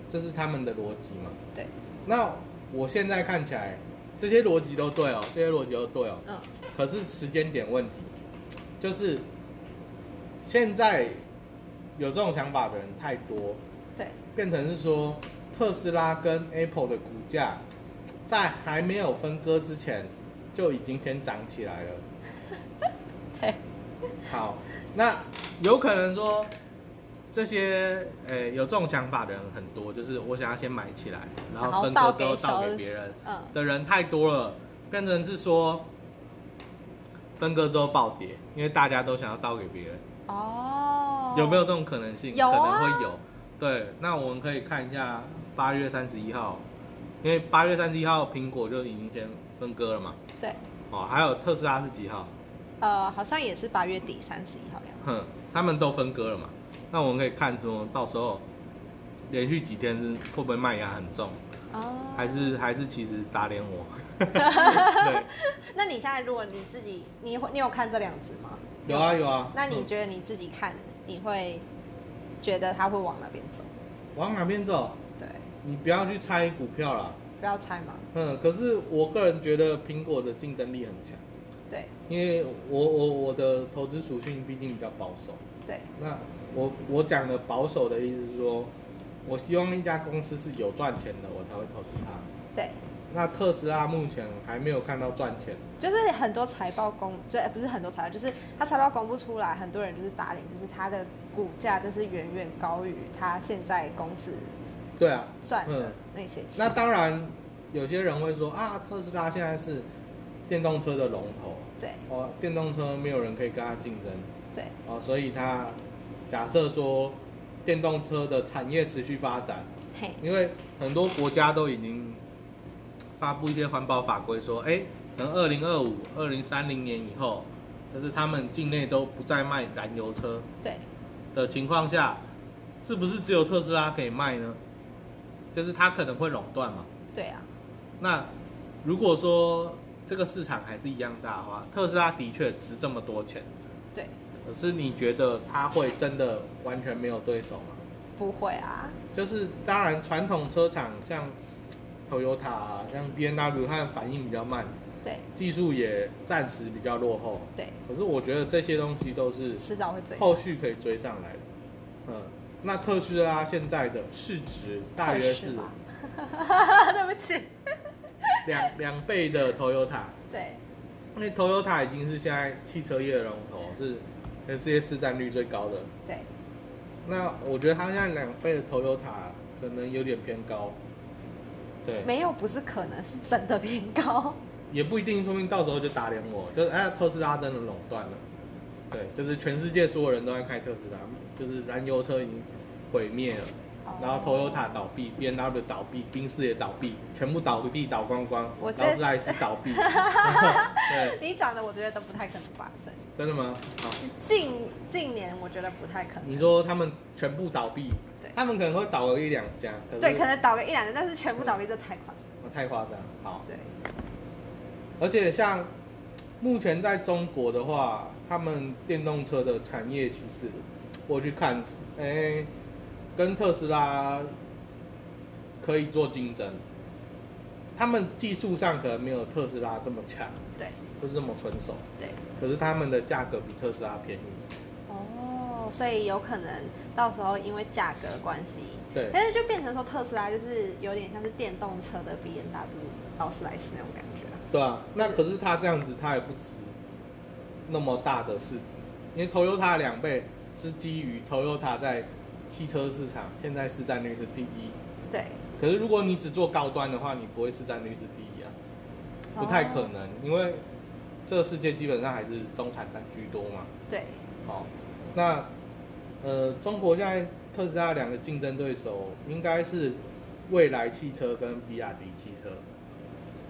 Speaker 3: 这是他们的逻辑嘛？
Speaker 2: 对，
Speaker 3: 那我现在看起来，这些逻辑都对哦，这些逻辑都对哦，
Speaker 2: 嗯，
Speaker 3: 可是时间点问题，就是现在有这种想法的人太多，
Speaker 2: 对
Speaker 3: 变成是说特斯拉跟 Apple 的股价在还没有分割之前就已经先涨起来了。
Speaker 2: 对
Speaker 3: 好，那有可能说这些呃有这种想法的人很多，就是我想要先买起来，然
Speaker 2: 然后
Speaker 3: 后分
Speaker 2: 倒
Speaker 3: 割之
Speaker 2: 给
Speaker 3: 后倒
Speaker 2: 小
Speaker 3: 给别人
Speaker 2: 嗯
Speaker 3: 的人太多了，变成是说分割之后暴跌，因为大家都想要倒给别人，
Speaker 2: 哦，
Speaker 3: 有没有这种可能性？
Speaker 2: 有啊
Speaker 3: 可能会有。对，那我们可以看一下八月三十一号，因为八月三十一号苹果就已经先分割了嘛。
Speaker 2: 对，
Speaker 3: 哦，还有特斯拉是几号？
Speaker 2: 呃，好像也是八月底三十一号的样子，
Speaker 3: 哼，他们都分割了嘛，那我们可以看说，到时候连续几天是会不会卖压很重，
Speaker 2: 哦，
Speaker 3: 还是还是其实打脸我？ 对，
Speaker 2: 那你现在如果你自己，你会你有看这两只吗？
Speaker 3: 有啊有啊。
Speaker 2: 那你觉得你自己看，你会觉得它会往哪边走？
Speaker 3: 嗯往哪边走？
Speaker 2: 对，
Speaker 3: 你不要去猜股票啦。
Speaker 2: 不要猜嘛。
Speaker 3: 嗯，可是我个人觉得苹果的竞争力很强，
Speaker 2: 对
Speaker 3: 因为我我我的投资属性毕竟比较保守。
Speaker 2: 对
Speaker 3: 那我我讲的保守的意思是说，我希望一家公司是有赚钱的，我才会投资它。
Speaker 2: 对，
Speaker 3: 那特斯拉目前还没有看到赚钱，
Speaker 2: 就是很多财报公，就、呃不是很多财报，就是它财报公布出来，很多人就是打脸，就是它的股价真是远远高于它现在公司
Speaker 3: 对啊，
Speaker 2: 赚的
Speaker 3: 嗯，
Speaker 2: 那些钱。
Speaker 3: 那当然，有些人会说啊，特斯拉现在是电动车的龙头，
Speaker 2: 对
Speaker 3: 哦，电动车没有人可以跟它竞争，
Speaker 2: 对
Speaker 3: 哦，所以它假设说电动车的产业持续发展，
Speaker 2: 嘿
Speaker 3: 因为很多国家都已经发布一些环保法规，说，哎、可能二零二五、二零三零年以后，就是他们境内都不再卖燃油车
Speaker 2: 对
Speaker 3: 的情况下，是不是只有特斯拉可以卖呢？就是它可能会垄断嘛。
Speaker 2: 对啊，
Speaker 3: 那如果说这个市场还是一样大的话，特斯拉的确值这么多钱，
Speaker 2: 对
Speaker 3: 可是你觉得它会真的完全没有对手吗？
Speaker 2: 不会啊，
Speaker 3: 就是当然，传统车厂像 Toyota 啊、像 B N W，它的反应比较慢，
Speaker 2: 对
Speaker 3: 技术也暂时比较落后。
Speaker 2: 对，
Speaker 3: 可是我觉得这些东西都是
Speaker 2: 迟早会追上。
Speaker 3: 后续可以追上来的。嗯，那特斯拉现在的市值大约是
Speaker 2: 是吧？ 对不起，
Speaker 3: 两两倍的 Toyota。
Speaker 2: 对
Speaker 3: 因为 Toyota 已经是现在汽车业的龙头，是全世界市占率最高的。
Speaker 2: 对
Speaker 3: 那我觉得它现在两倍的 Toyota 可能有点偏高，对，
Speaker 2: 没有不是可能是真的偏高，
Speaker 3: 也不一定，说明到时候就打脸我，就是哎，特斯拉真的垄断了，对，就是全世界所有人都在开特斯拉，就是燃油车已经毁灭了
Speaker 2: 哦，
Speaker 3: 然后 Toyota 倒闭，B N W 倒闭，宾士也倒闭，全部倒闭倒光光，
Speaker 2: 我觉得
Speaker 3: 劳斯莱斯倒 闭， 对，
Speaker 2: 你讲的我觉得都不太可能发生。
Speaker 3: 真的吗？好，
Speaker 2: 近近年我觉得不太可能。
Speaker 3: 你说他们全部倒闭
Speaker 2: 对，
Speaker 3: 他们可能会倒个一两家，是
Speaker 2: 对，可能倒个一两年，但是全部倒闭这太夸张。
Speaker 3: 我太夸张，好，
Speaker 2: 对，
Speaker 3: 而且像目前在中国的话，他们电动车的产业其实我去看，哎、跟特斯拉可以做竞争。他们技术上可能没有特斯拉这么强，
Speaker 2: 对，
Speaker 3: 不是这么纯熟，
Speaker 2: 对。
Speaker 3: 可是他们的价格比特斯拉便宜。
Speaker 2: 哦，所以有可能到时候因为价格关系，
Speaker 3: 对
Speaker 2: 但是就变成说特斯拉就是有点像是电动车的 B N W 劳斯莱斯那种感觉啊。
Speaker 3: 对啊，那可是它这样子，它也不值那么大的市值，因为 Toyota 两倍是基于 Toyota 在汽车市场现在市占率是第一，
Speaker 2: 对，
Speaker 3: 可是如果你只做高端的话，你不会市占率是第一啊，不太可
Speaker 2: 哦
Speaker 3: 能，因为这个世界基本上还是中产占居多嘛。
Speaker 2: 对，
Speaker 3: 好，那呃，中国现在特斯拉两个竞争对手应该是蔚来汽车跟比亚迪汽车，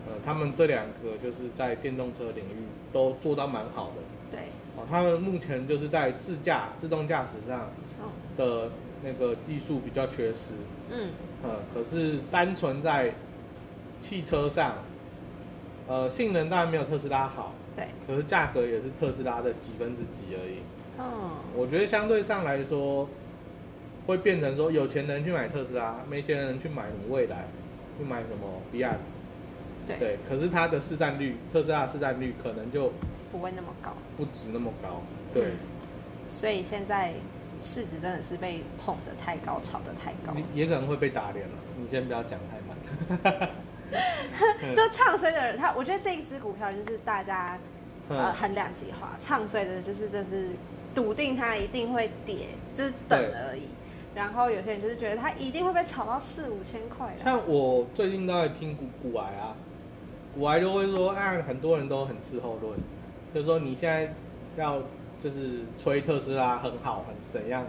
Speaker 3: 呃，他们这两个就是在电动车领域都做到蛮好的。
Speaker 2: 对，
Speaker 3: 哦，他们目前就是在自驾、自动驾驶上
Speaker 2: 哦，
Speaker 3: 的那个技术比较缺失，
Speaker 2: 嗯，
Speaker 3: 呃，可是单纯在汽车上，呃，性能当然没有特斯拉好，
Speaker 2: 对，
Speaker 3: 可是价格也是特斯拉的几分之几而已。
Speaker 2: 嗯，
Speaker 3: 我觉得相对上来说，会变成说有钱人去买特斯拉，没钱人去买什么蔚来，去买什么比亚迪。
Speaker 2: 对，
Speaker 3: 可是它的市占率，特斯拉的市占率可能就
Speaker 2: 不会那么高。
Speaker 3: 不值那么高。对
Speaker 2: 嗯，所以现在市值真的是被捧得太高，炒得太高，
Speaker 3: 你也可能会被打脸了。你先不要讲太 满。嗯
Speaker 2: 就唱衰的人，他我觉得这一只股票就是大家呃
Speaker 3: 嗯
Speaker 2: 很两极化，唱衰的就是就是笃定它一定会跌，就是等
Speaker 3: 对
Speaker 2: 而已。然后有些人就是觉得它一定会被炒到四五千块的，
Speaker 3: 像我最近都在听古古癌啊，古癌就会说啊，很多人都很事后论，就说你现在要就是吹特斯拉很好，很怎样，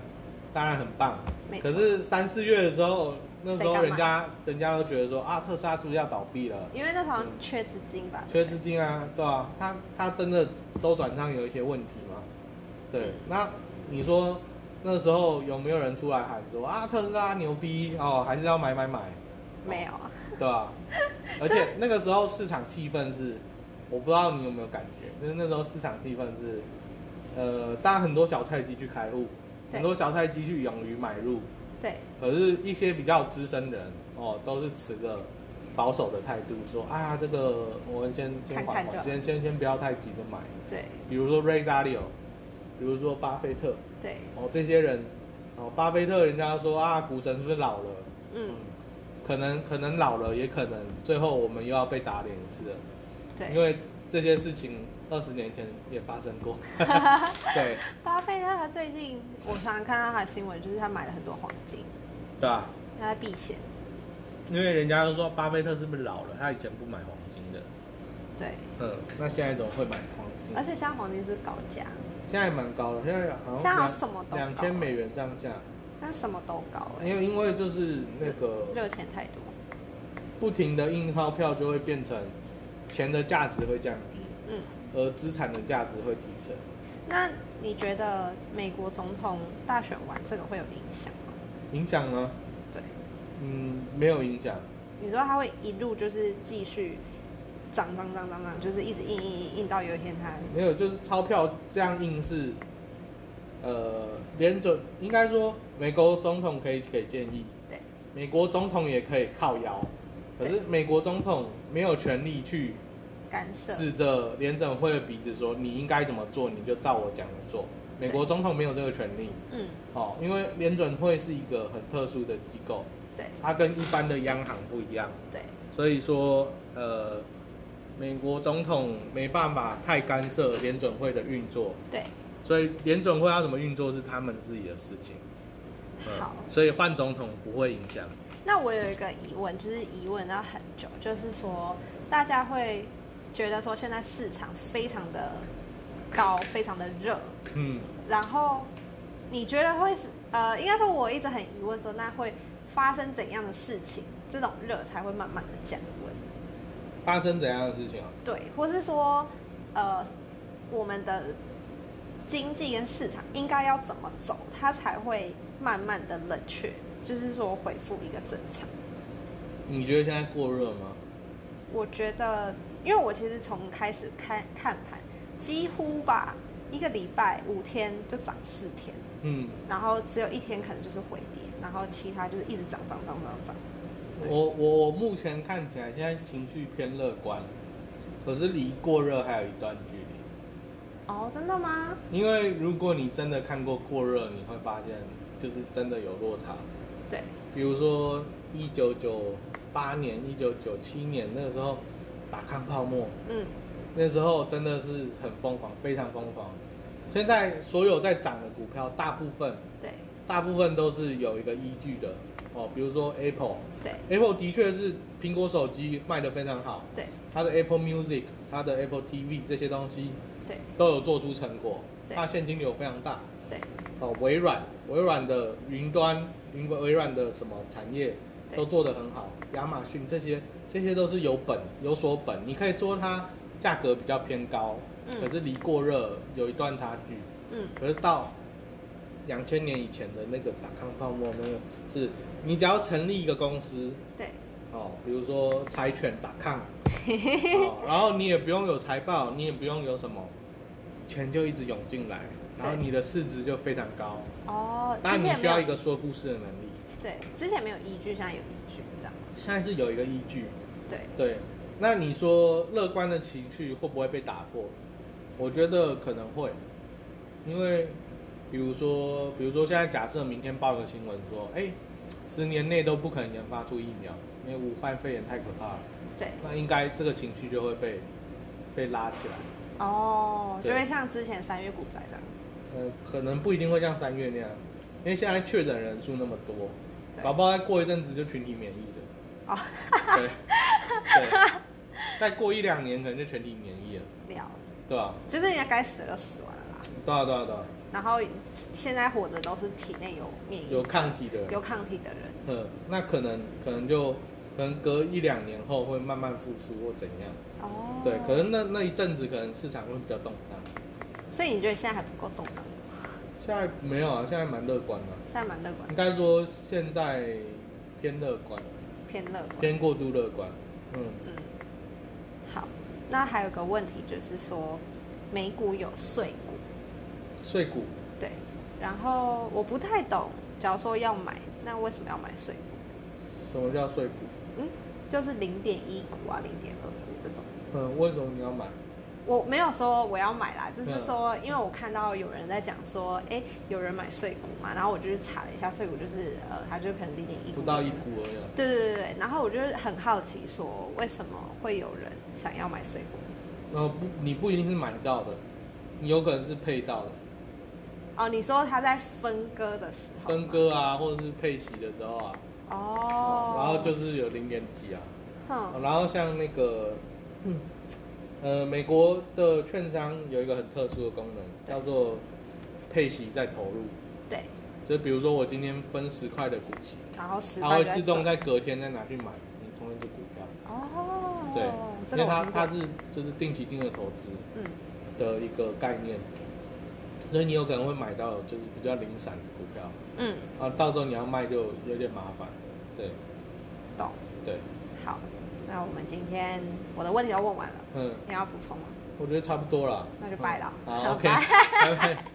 Speaker 3: 当然很棒
Speaker 2: 没。错
Speaker 3: 可是三四月的时候，那时
Speaker 2: 谁
Speaker 3: 候
Speaker 2: 敢买
Speaker 3: 人家人家都觉得说啊，特斯拉是不是要倒闭了？
Speaker 2: 因为那时候好像缺资金吧，
Speaker 3: 缺资金啊，对啊，它它真的周转上有一些问题嘛？
Speaker 2: 嗯
Speaker 3: 对，那你说那时候有没有人出来喊说啊，特斯拉牛逼哦，还是要买买买？
Speaker 2: 没有啊，
Speaker 3: 对啊，而且那个时候市场气氛是，我不知道你有没有感觉，就是那时候市场气氛是，呃，当然很多小菜鸡去开户，
Speaker 2: 对
Speaker 3: 很多小菜鸡去勇于买入，
Speaker 2: 对
Speaker 3: 可是，一些比较资深的人哦，都是持着保守的态度说啊，这个我们先先
Speaker 2: 看
Speaker 3: 缓
Speaker 2: 看就
Speaker 3: 缓，
Speaker 2: 好
Speaker 3: 先先先不要太急着买。
Speaker 2: 对
Speaker 3: 比如说 Ray Dalio，比如说巴菲特，
Speaker 2: 对，
Speaker 3: 哦，这些人，哦，巴菲特人家说啊，股神是不是老了？
Speaker 2: 嗯
Speaker 3: 可能可能老了，也可能最后我们又要被打脸一次了，因
Speaker 2: 对。
Speaker 3: 为这些事情二十年前也发生 过。对，
Speaker 2: 巴菲特他最近我常常看到他的新闻，就是他买了很多黄金，
Speaker 3: 对吧、
Speaker 2: 他在避险，
Speaker 3: 因为人家都说巴菲特是不是老了？他以前不买黄金的，
Speaker 2: 对，
Speaker 3: 嗯，那现在怎么会买黄金？
Speaker 2: 而且现在黄金是高价，
Speaker 3: 现在蛮高的，现在好
Speaker 2: 现在
Speaker 3: 像
Speaker 2: 好像什么都
Speaker 3: 两
Speaker 2: 高啊
Speaker 3: 千美元上下，
Speaker 2: 但什么都高
Speaker 3: 哦
Speaker 2: 哎、
Speaker 3: 因为因为就是那个
Speaker 2: 热钱太多，
Speaker 3: 不停的印钞票就会变成钱的价值会降低，
Speaker 2: 嗯。
Speaker 3: 而资产的价值会提升。
Speaker 2: 那你觉得美国总统大选完这个会有影响吗？
Speaker 3: 影响吗？
Speaker 2: 对，
Speaker 3: 嗯，没有影响。
Speaker 2: 你说他会一路就是继续涨涨涨涨涨，就是一直印印印印到有一天他
Speaker 3: 没有，就是钞票这样印是，呃，联准应该说美国总统可以给建议，
Speaker 2: 对
Speaker 3: 美国总统也可以靠摇，可是
Speaker 2: 对
Speaker 3: 美国总统没有权利去
Speaker 2: 干涉，
Speaker 3: 指着联准会的鼻子说你应该怎么做，你就照我讲的做。美国总统没有这个权利
Speaker 2: 嗯，
Speaker 3: 哦，因为联准会是一个很特殊的机构，
Speaker 2: 对
Speaker 3: 它跟一般的央行不一样，
Speaker 2: 对
Speaker 3: 所以说呃，美国总统没办法太干涉联准会的运作。
Speaker 2: 对，
Speaker 3: 所以联准会要怎么运作是他们自己的事情。呃
Speaker 2: 好
Speaker 3: 所以换总统不会影响。
Speaker 2: 那我有一个疑问，就是疑问到很久，就是说大家会觉得说现在市场非常的高，非常的热，
Speaker 3: 嗯，
Speaker 2: 然后你觉得会是呃，应该说我一直很疑问说，那会发生怎样的事情，这种热才会慢慢的降温？
Speaker 3: 发生怎样的事情啊？
Speaker 2: 对，或是说呃，我们的经济跟市场应该要怎么走，它才会慢慢的冷却，就是说恢复一个正常。
Speaker 3: 你觉得现在过热吗？
Speaker 2: 我觉得，因为我其实从开始看看盘，几乎吧一个礼拜五天就涨四天，
Speaker 3: 嗯，
Speaker 2: 然后只有一天可能就是回跌，然后其他就是一直涨涨涨涨涨。对
Speaker 3: 我我我目前看起来现在情绪偏乐观，可是离过热还有一段距离。
Speaker 2: 哦，真的吗？
Speaker 3: 因为如果你真的看过过热，你会发现就是真的有落差。
Speaker 2: 对，
Speaker 3: 比如说一九九八年、一九九七年那个时候，打抗泡沫，
Speaker 2: 嗯，
Speaker 3: 那时候真的是很疯狂，非常疯狂。现在所有在涨的股票，大部分
Speaker 2: 对
Speaker 3: 大部分都是有一个依据的哦，比如说 Apple，Apple
Speaker 2: 对
Speaker 3: 的确是苹果手机卖得非常好，
Speaker 2: 对
Speaker 3: 它的 Apple Music、它的 Apple TV 这些东西
Speaker 2: 对
Speaker 3: 都有做出成果，
Speaker 2: 对
Speaker 3: 它现金流非常大。
Speaker 2: 对
Speaker 3: 哦，微软，微软的云端，云微软的什么产业
Speaker 2: 对
Speaker 3: 都做得很好，亚马逊这些，这些都是有本有所本。你可以说它价格比较偏高，
Speaker 2: 嗯
Speaker 3: 可是离过热有一段差距。
Speaker 2: 嗯，
Speaker 3: 可是到两千年以前的那个打康泡沫，那个是你只要成立一个公司，
Speaker 2: 对
Speaker 3: 哦，比如说柴犬打抗， 哦，然后你也不用有财报，你也不用有什么，钱就一直涌进来，然后
Speaker 2: 对
Speaker 3: 你的市值就非常高。
Speaker 2: 哦，
Speaker 3: 当然
Speaker 2: 之
Speaker 3: 你
Speaker 2: 前
Speaker 3: 需
Speaker 2: 没
Speaker 3: 要一
Speaker 2: 有
Speaker 3: 个说故事的能力，
Speaker 2: 对，之前没有依据，现在有依据，这样
Speaker 3: 现在是有一个依据。
Speaker 2: 对
Speaker 3: 对，那你说乐观的情绪会不会被打破？我觉得可能会，因为比如说，比如说现在假设明天报个新闻说，哎，十年内都不可能研发出疫苗，因为武汉肺炎太可怕了。
Speaker 2: 对
Speaker 3: 那应该这个情绪就会被被拉起来。
Speaker 2: 哦，就
Speaker 3: 对
Speaker 2: 会像之前三月股灾这样，
Speaker 3: 呃，可能不一定会像三月那样，因为现在确诊人数那么多，
Speaker 2: 对
Speaker 3: 搞不好再过一阵子就群体免疫了。
Speaker 2: 哦，
Speaker 3: 对，对，再过一两年可能就全体免疫了，
Speaker 2: 了，
Speaker 3: 对吧、
Speaker 2: 就是人家该死的都死完了啦。
Speaker 3: 对啊，对啊，对啊，
Speaker 2: 然后现在活着都是体内有免疫
Speaker 3: 有抗体的人，
Speaker 2: 有抗体的人。
Speaker 3: 呃，那可能可能就可能隔一两年后会慢慢复苏或怎样，
Speaker 2: 哦，
Speaker 3: 对，可能那那一阵子可能市场会比较动荡。
Speaker 2: 所以你觉得现在还不够动荡？
Speaker 3: 现在没有啊，现在蛮乐观的、
Speaker 2: 现在蛮乐观
Speaker 3: 应，该说现在偏乐观，
Speaker 2: 偏乐观。
Speaker 3: 偏过度乐观。嗯，
Speaker 2: 嗯，好。那还有个问题就是说，美股有碎股，
Speaker 3: 碎股，
Speaker 2: 对。然后我不太懂，假如说要买，那为什么要买碎股？
Speaker 3: 什么叫碎股？
Speaker 2: 嗯，就是零点一股啊，零点二股这种。
Speaker 3: 嗯，为什么你要买？
Speaker 2: 我没有说我要买啦，就是
Speaker 3: 嗯
Speaker 2: 说，因为我看到有人在讲说，哎、有人买碎股嘛，然后我就去查了一下，碎股就是呃，它就可能零点一
Speaker 3: 不到一股而已啊。
Speaker 2: 对对对对，然后我就很好奇，说为什么会有人想要买水果？
Speaker 3: 然后不，你不一定是买到的，你有可能是配到的，
Speaker 2: 哦，你说他在分割的时候吗，
Speaker 3: 分割啊，或者是配息的时候啊，
Speaker 2: 哦，
Speaker 3: 然后就是有零点几啊。
Speaker 2: 哼，
Speaker 3: 然后像那个，嗯，呃，美国的券商有一个很特殊的功能，叫做配息再投入。
Speaker 2: 对，
Speaker 3: 就比如说我今天分十块的股息，
Speaker 2: 然后十
Speaker 3: 它
Speaker 2: 块
Speaker 3: 会
Speaker 2: 就
Speaker 3: 自动
Speaker 2: 转
Speaker 3: 在隔天再拿去买你同一只股票。
Speaker 2: 哦，
Speaker 3: 对，
Speaker 2: 这
Speaker 3: 因
Speaker 2: 个
Speaker 3: 为
Speaker 2: 我
Speaker 3: 它
Speaker 2: 听过
Speaker 3: 它是就是定期定额投资
Speaker 2: 嗯
Speaker 3: 的一个概念，所以你有可能会买到就是比较零散的股票，
Speaker 2: 嗯
Speaker 3: 啊，到时候你要卖就有点麻烦。对
Speaker 2: 懂，
Speaker 3: 对，
Speaker 2: 好，那我们今天我的问题都问完了，
Speaker 3: 嗯，
Speaker 2: 你要补充吗？
Speaker 3: 我觉得差不多了，
Speaker 2: 那就拜了
Speaker 3: 嗯好
Speaker 2: 好
Speaker 3: ，OK，拜
Speaker 2: 拜
Speaker 3: 拜。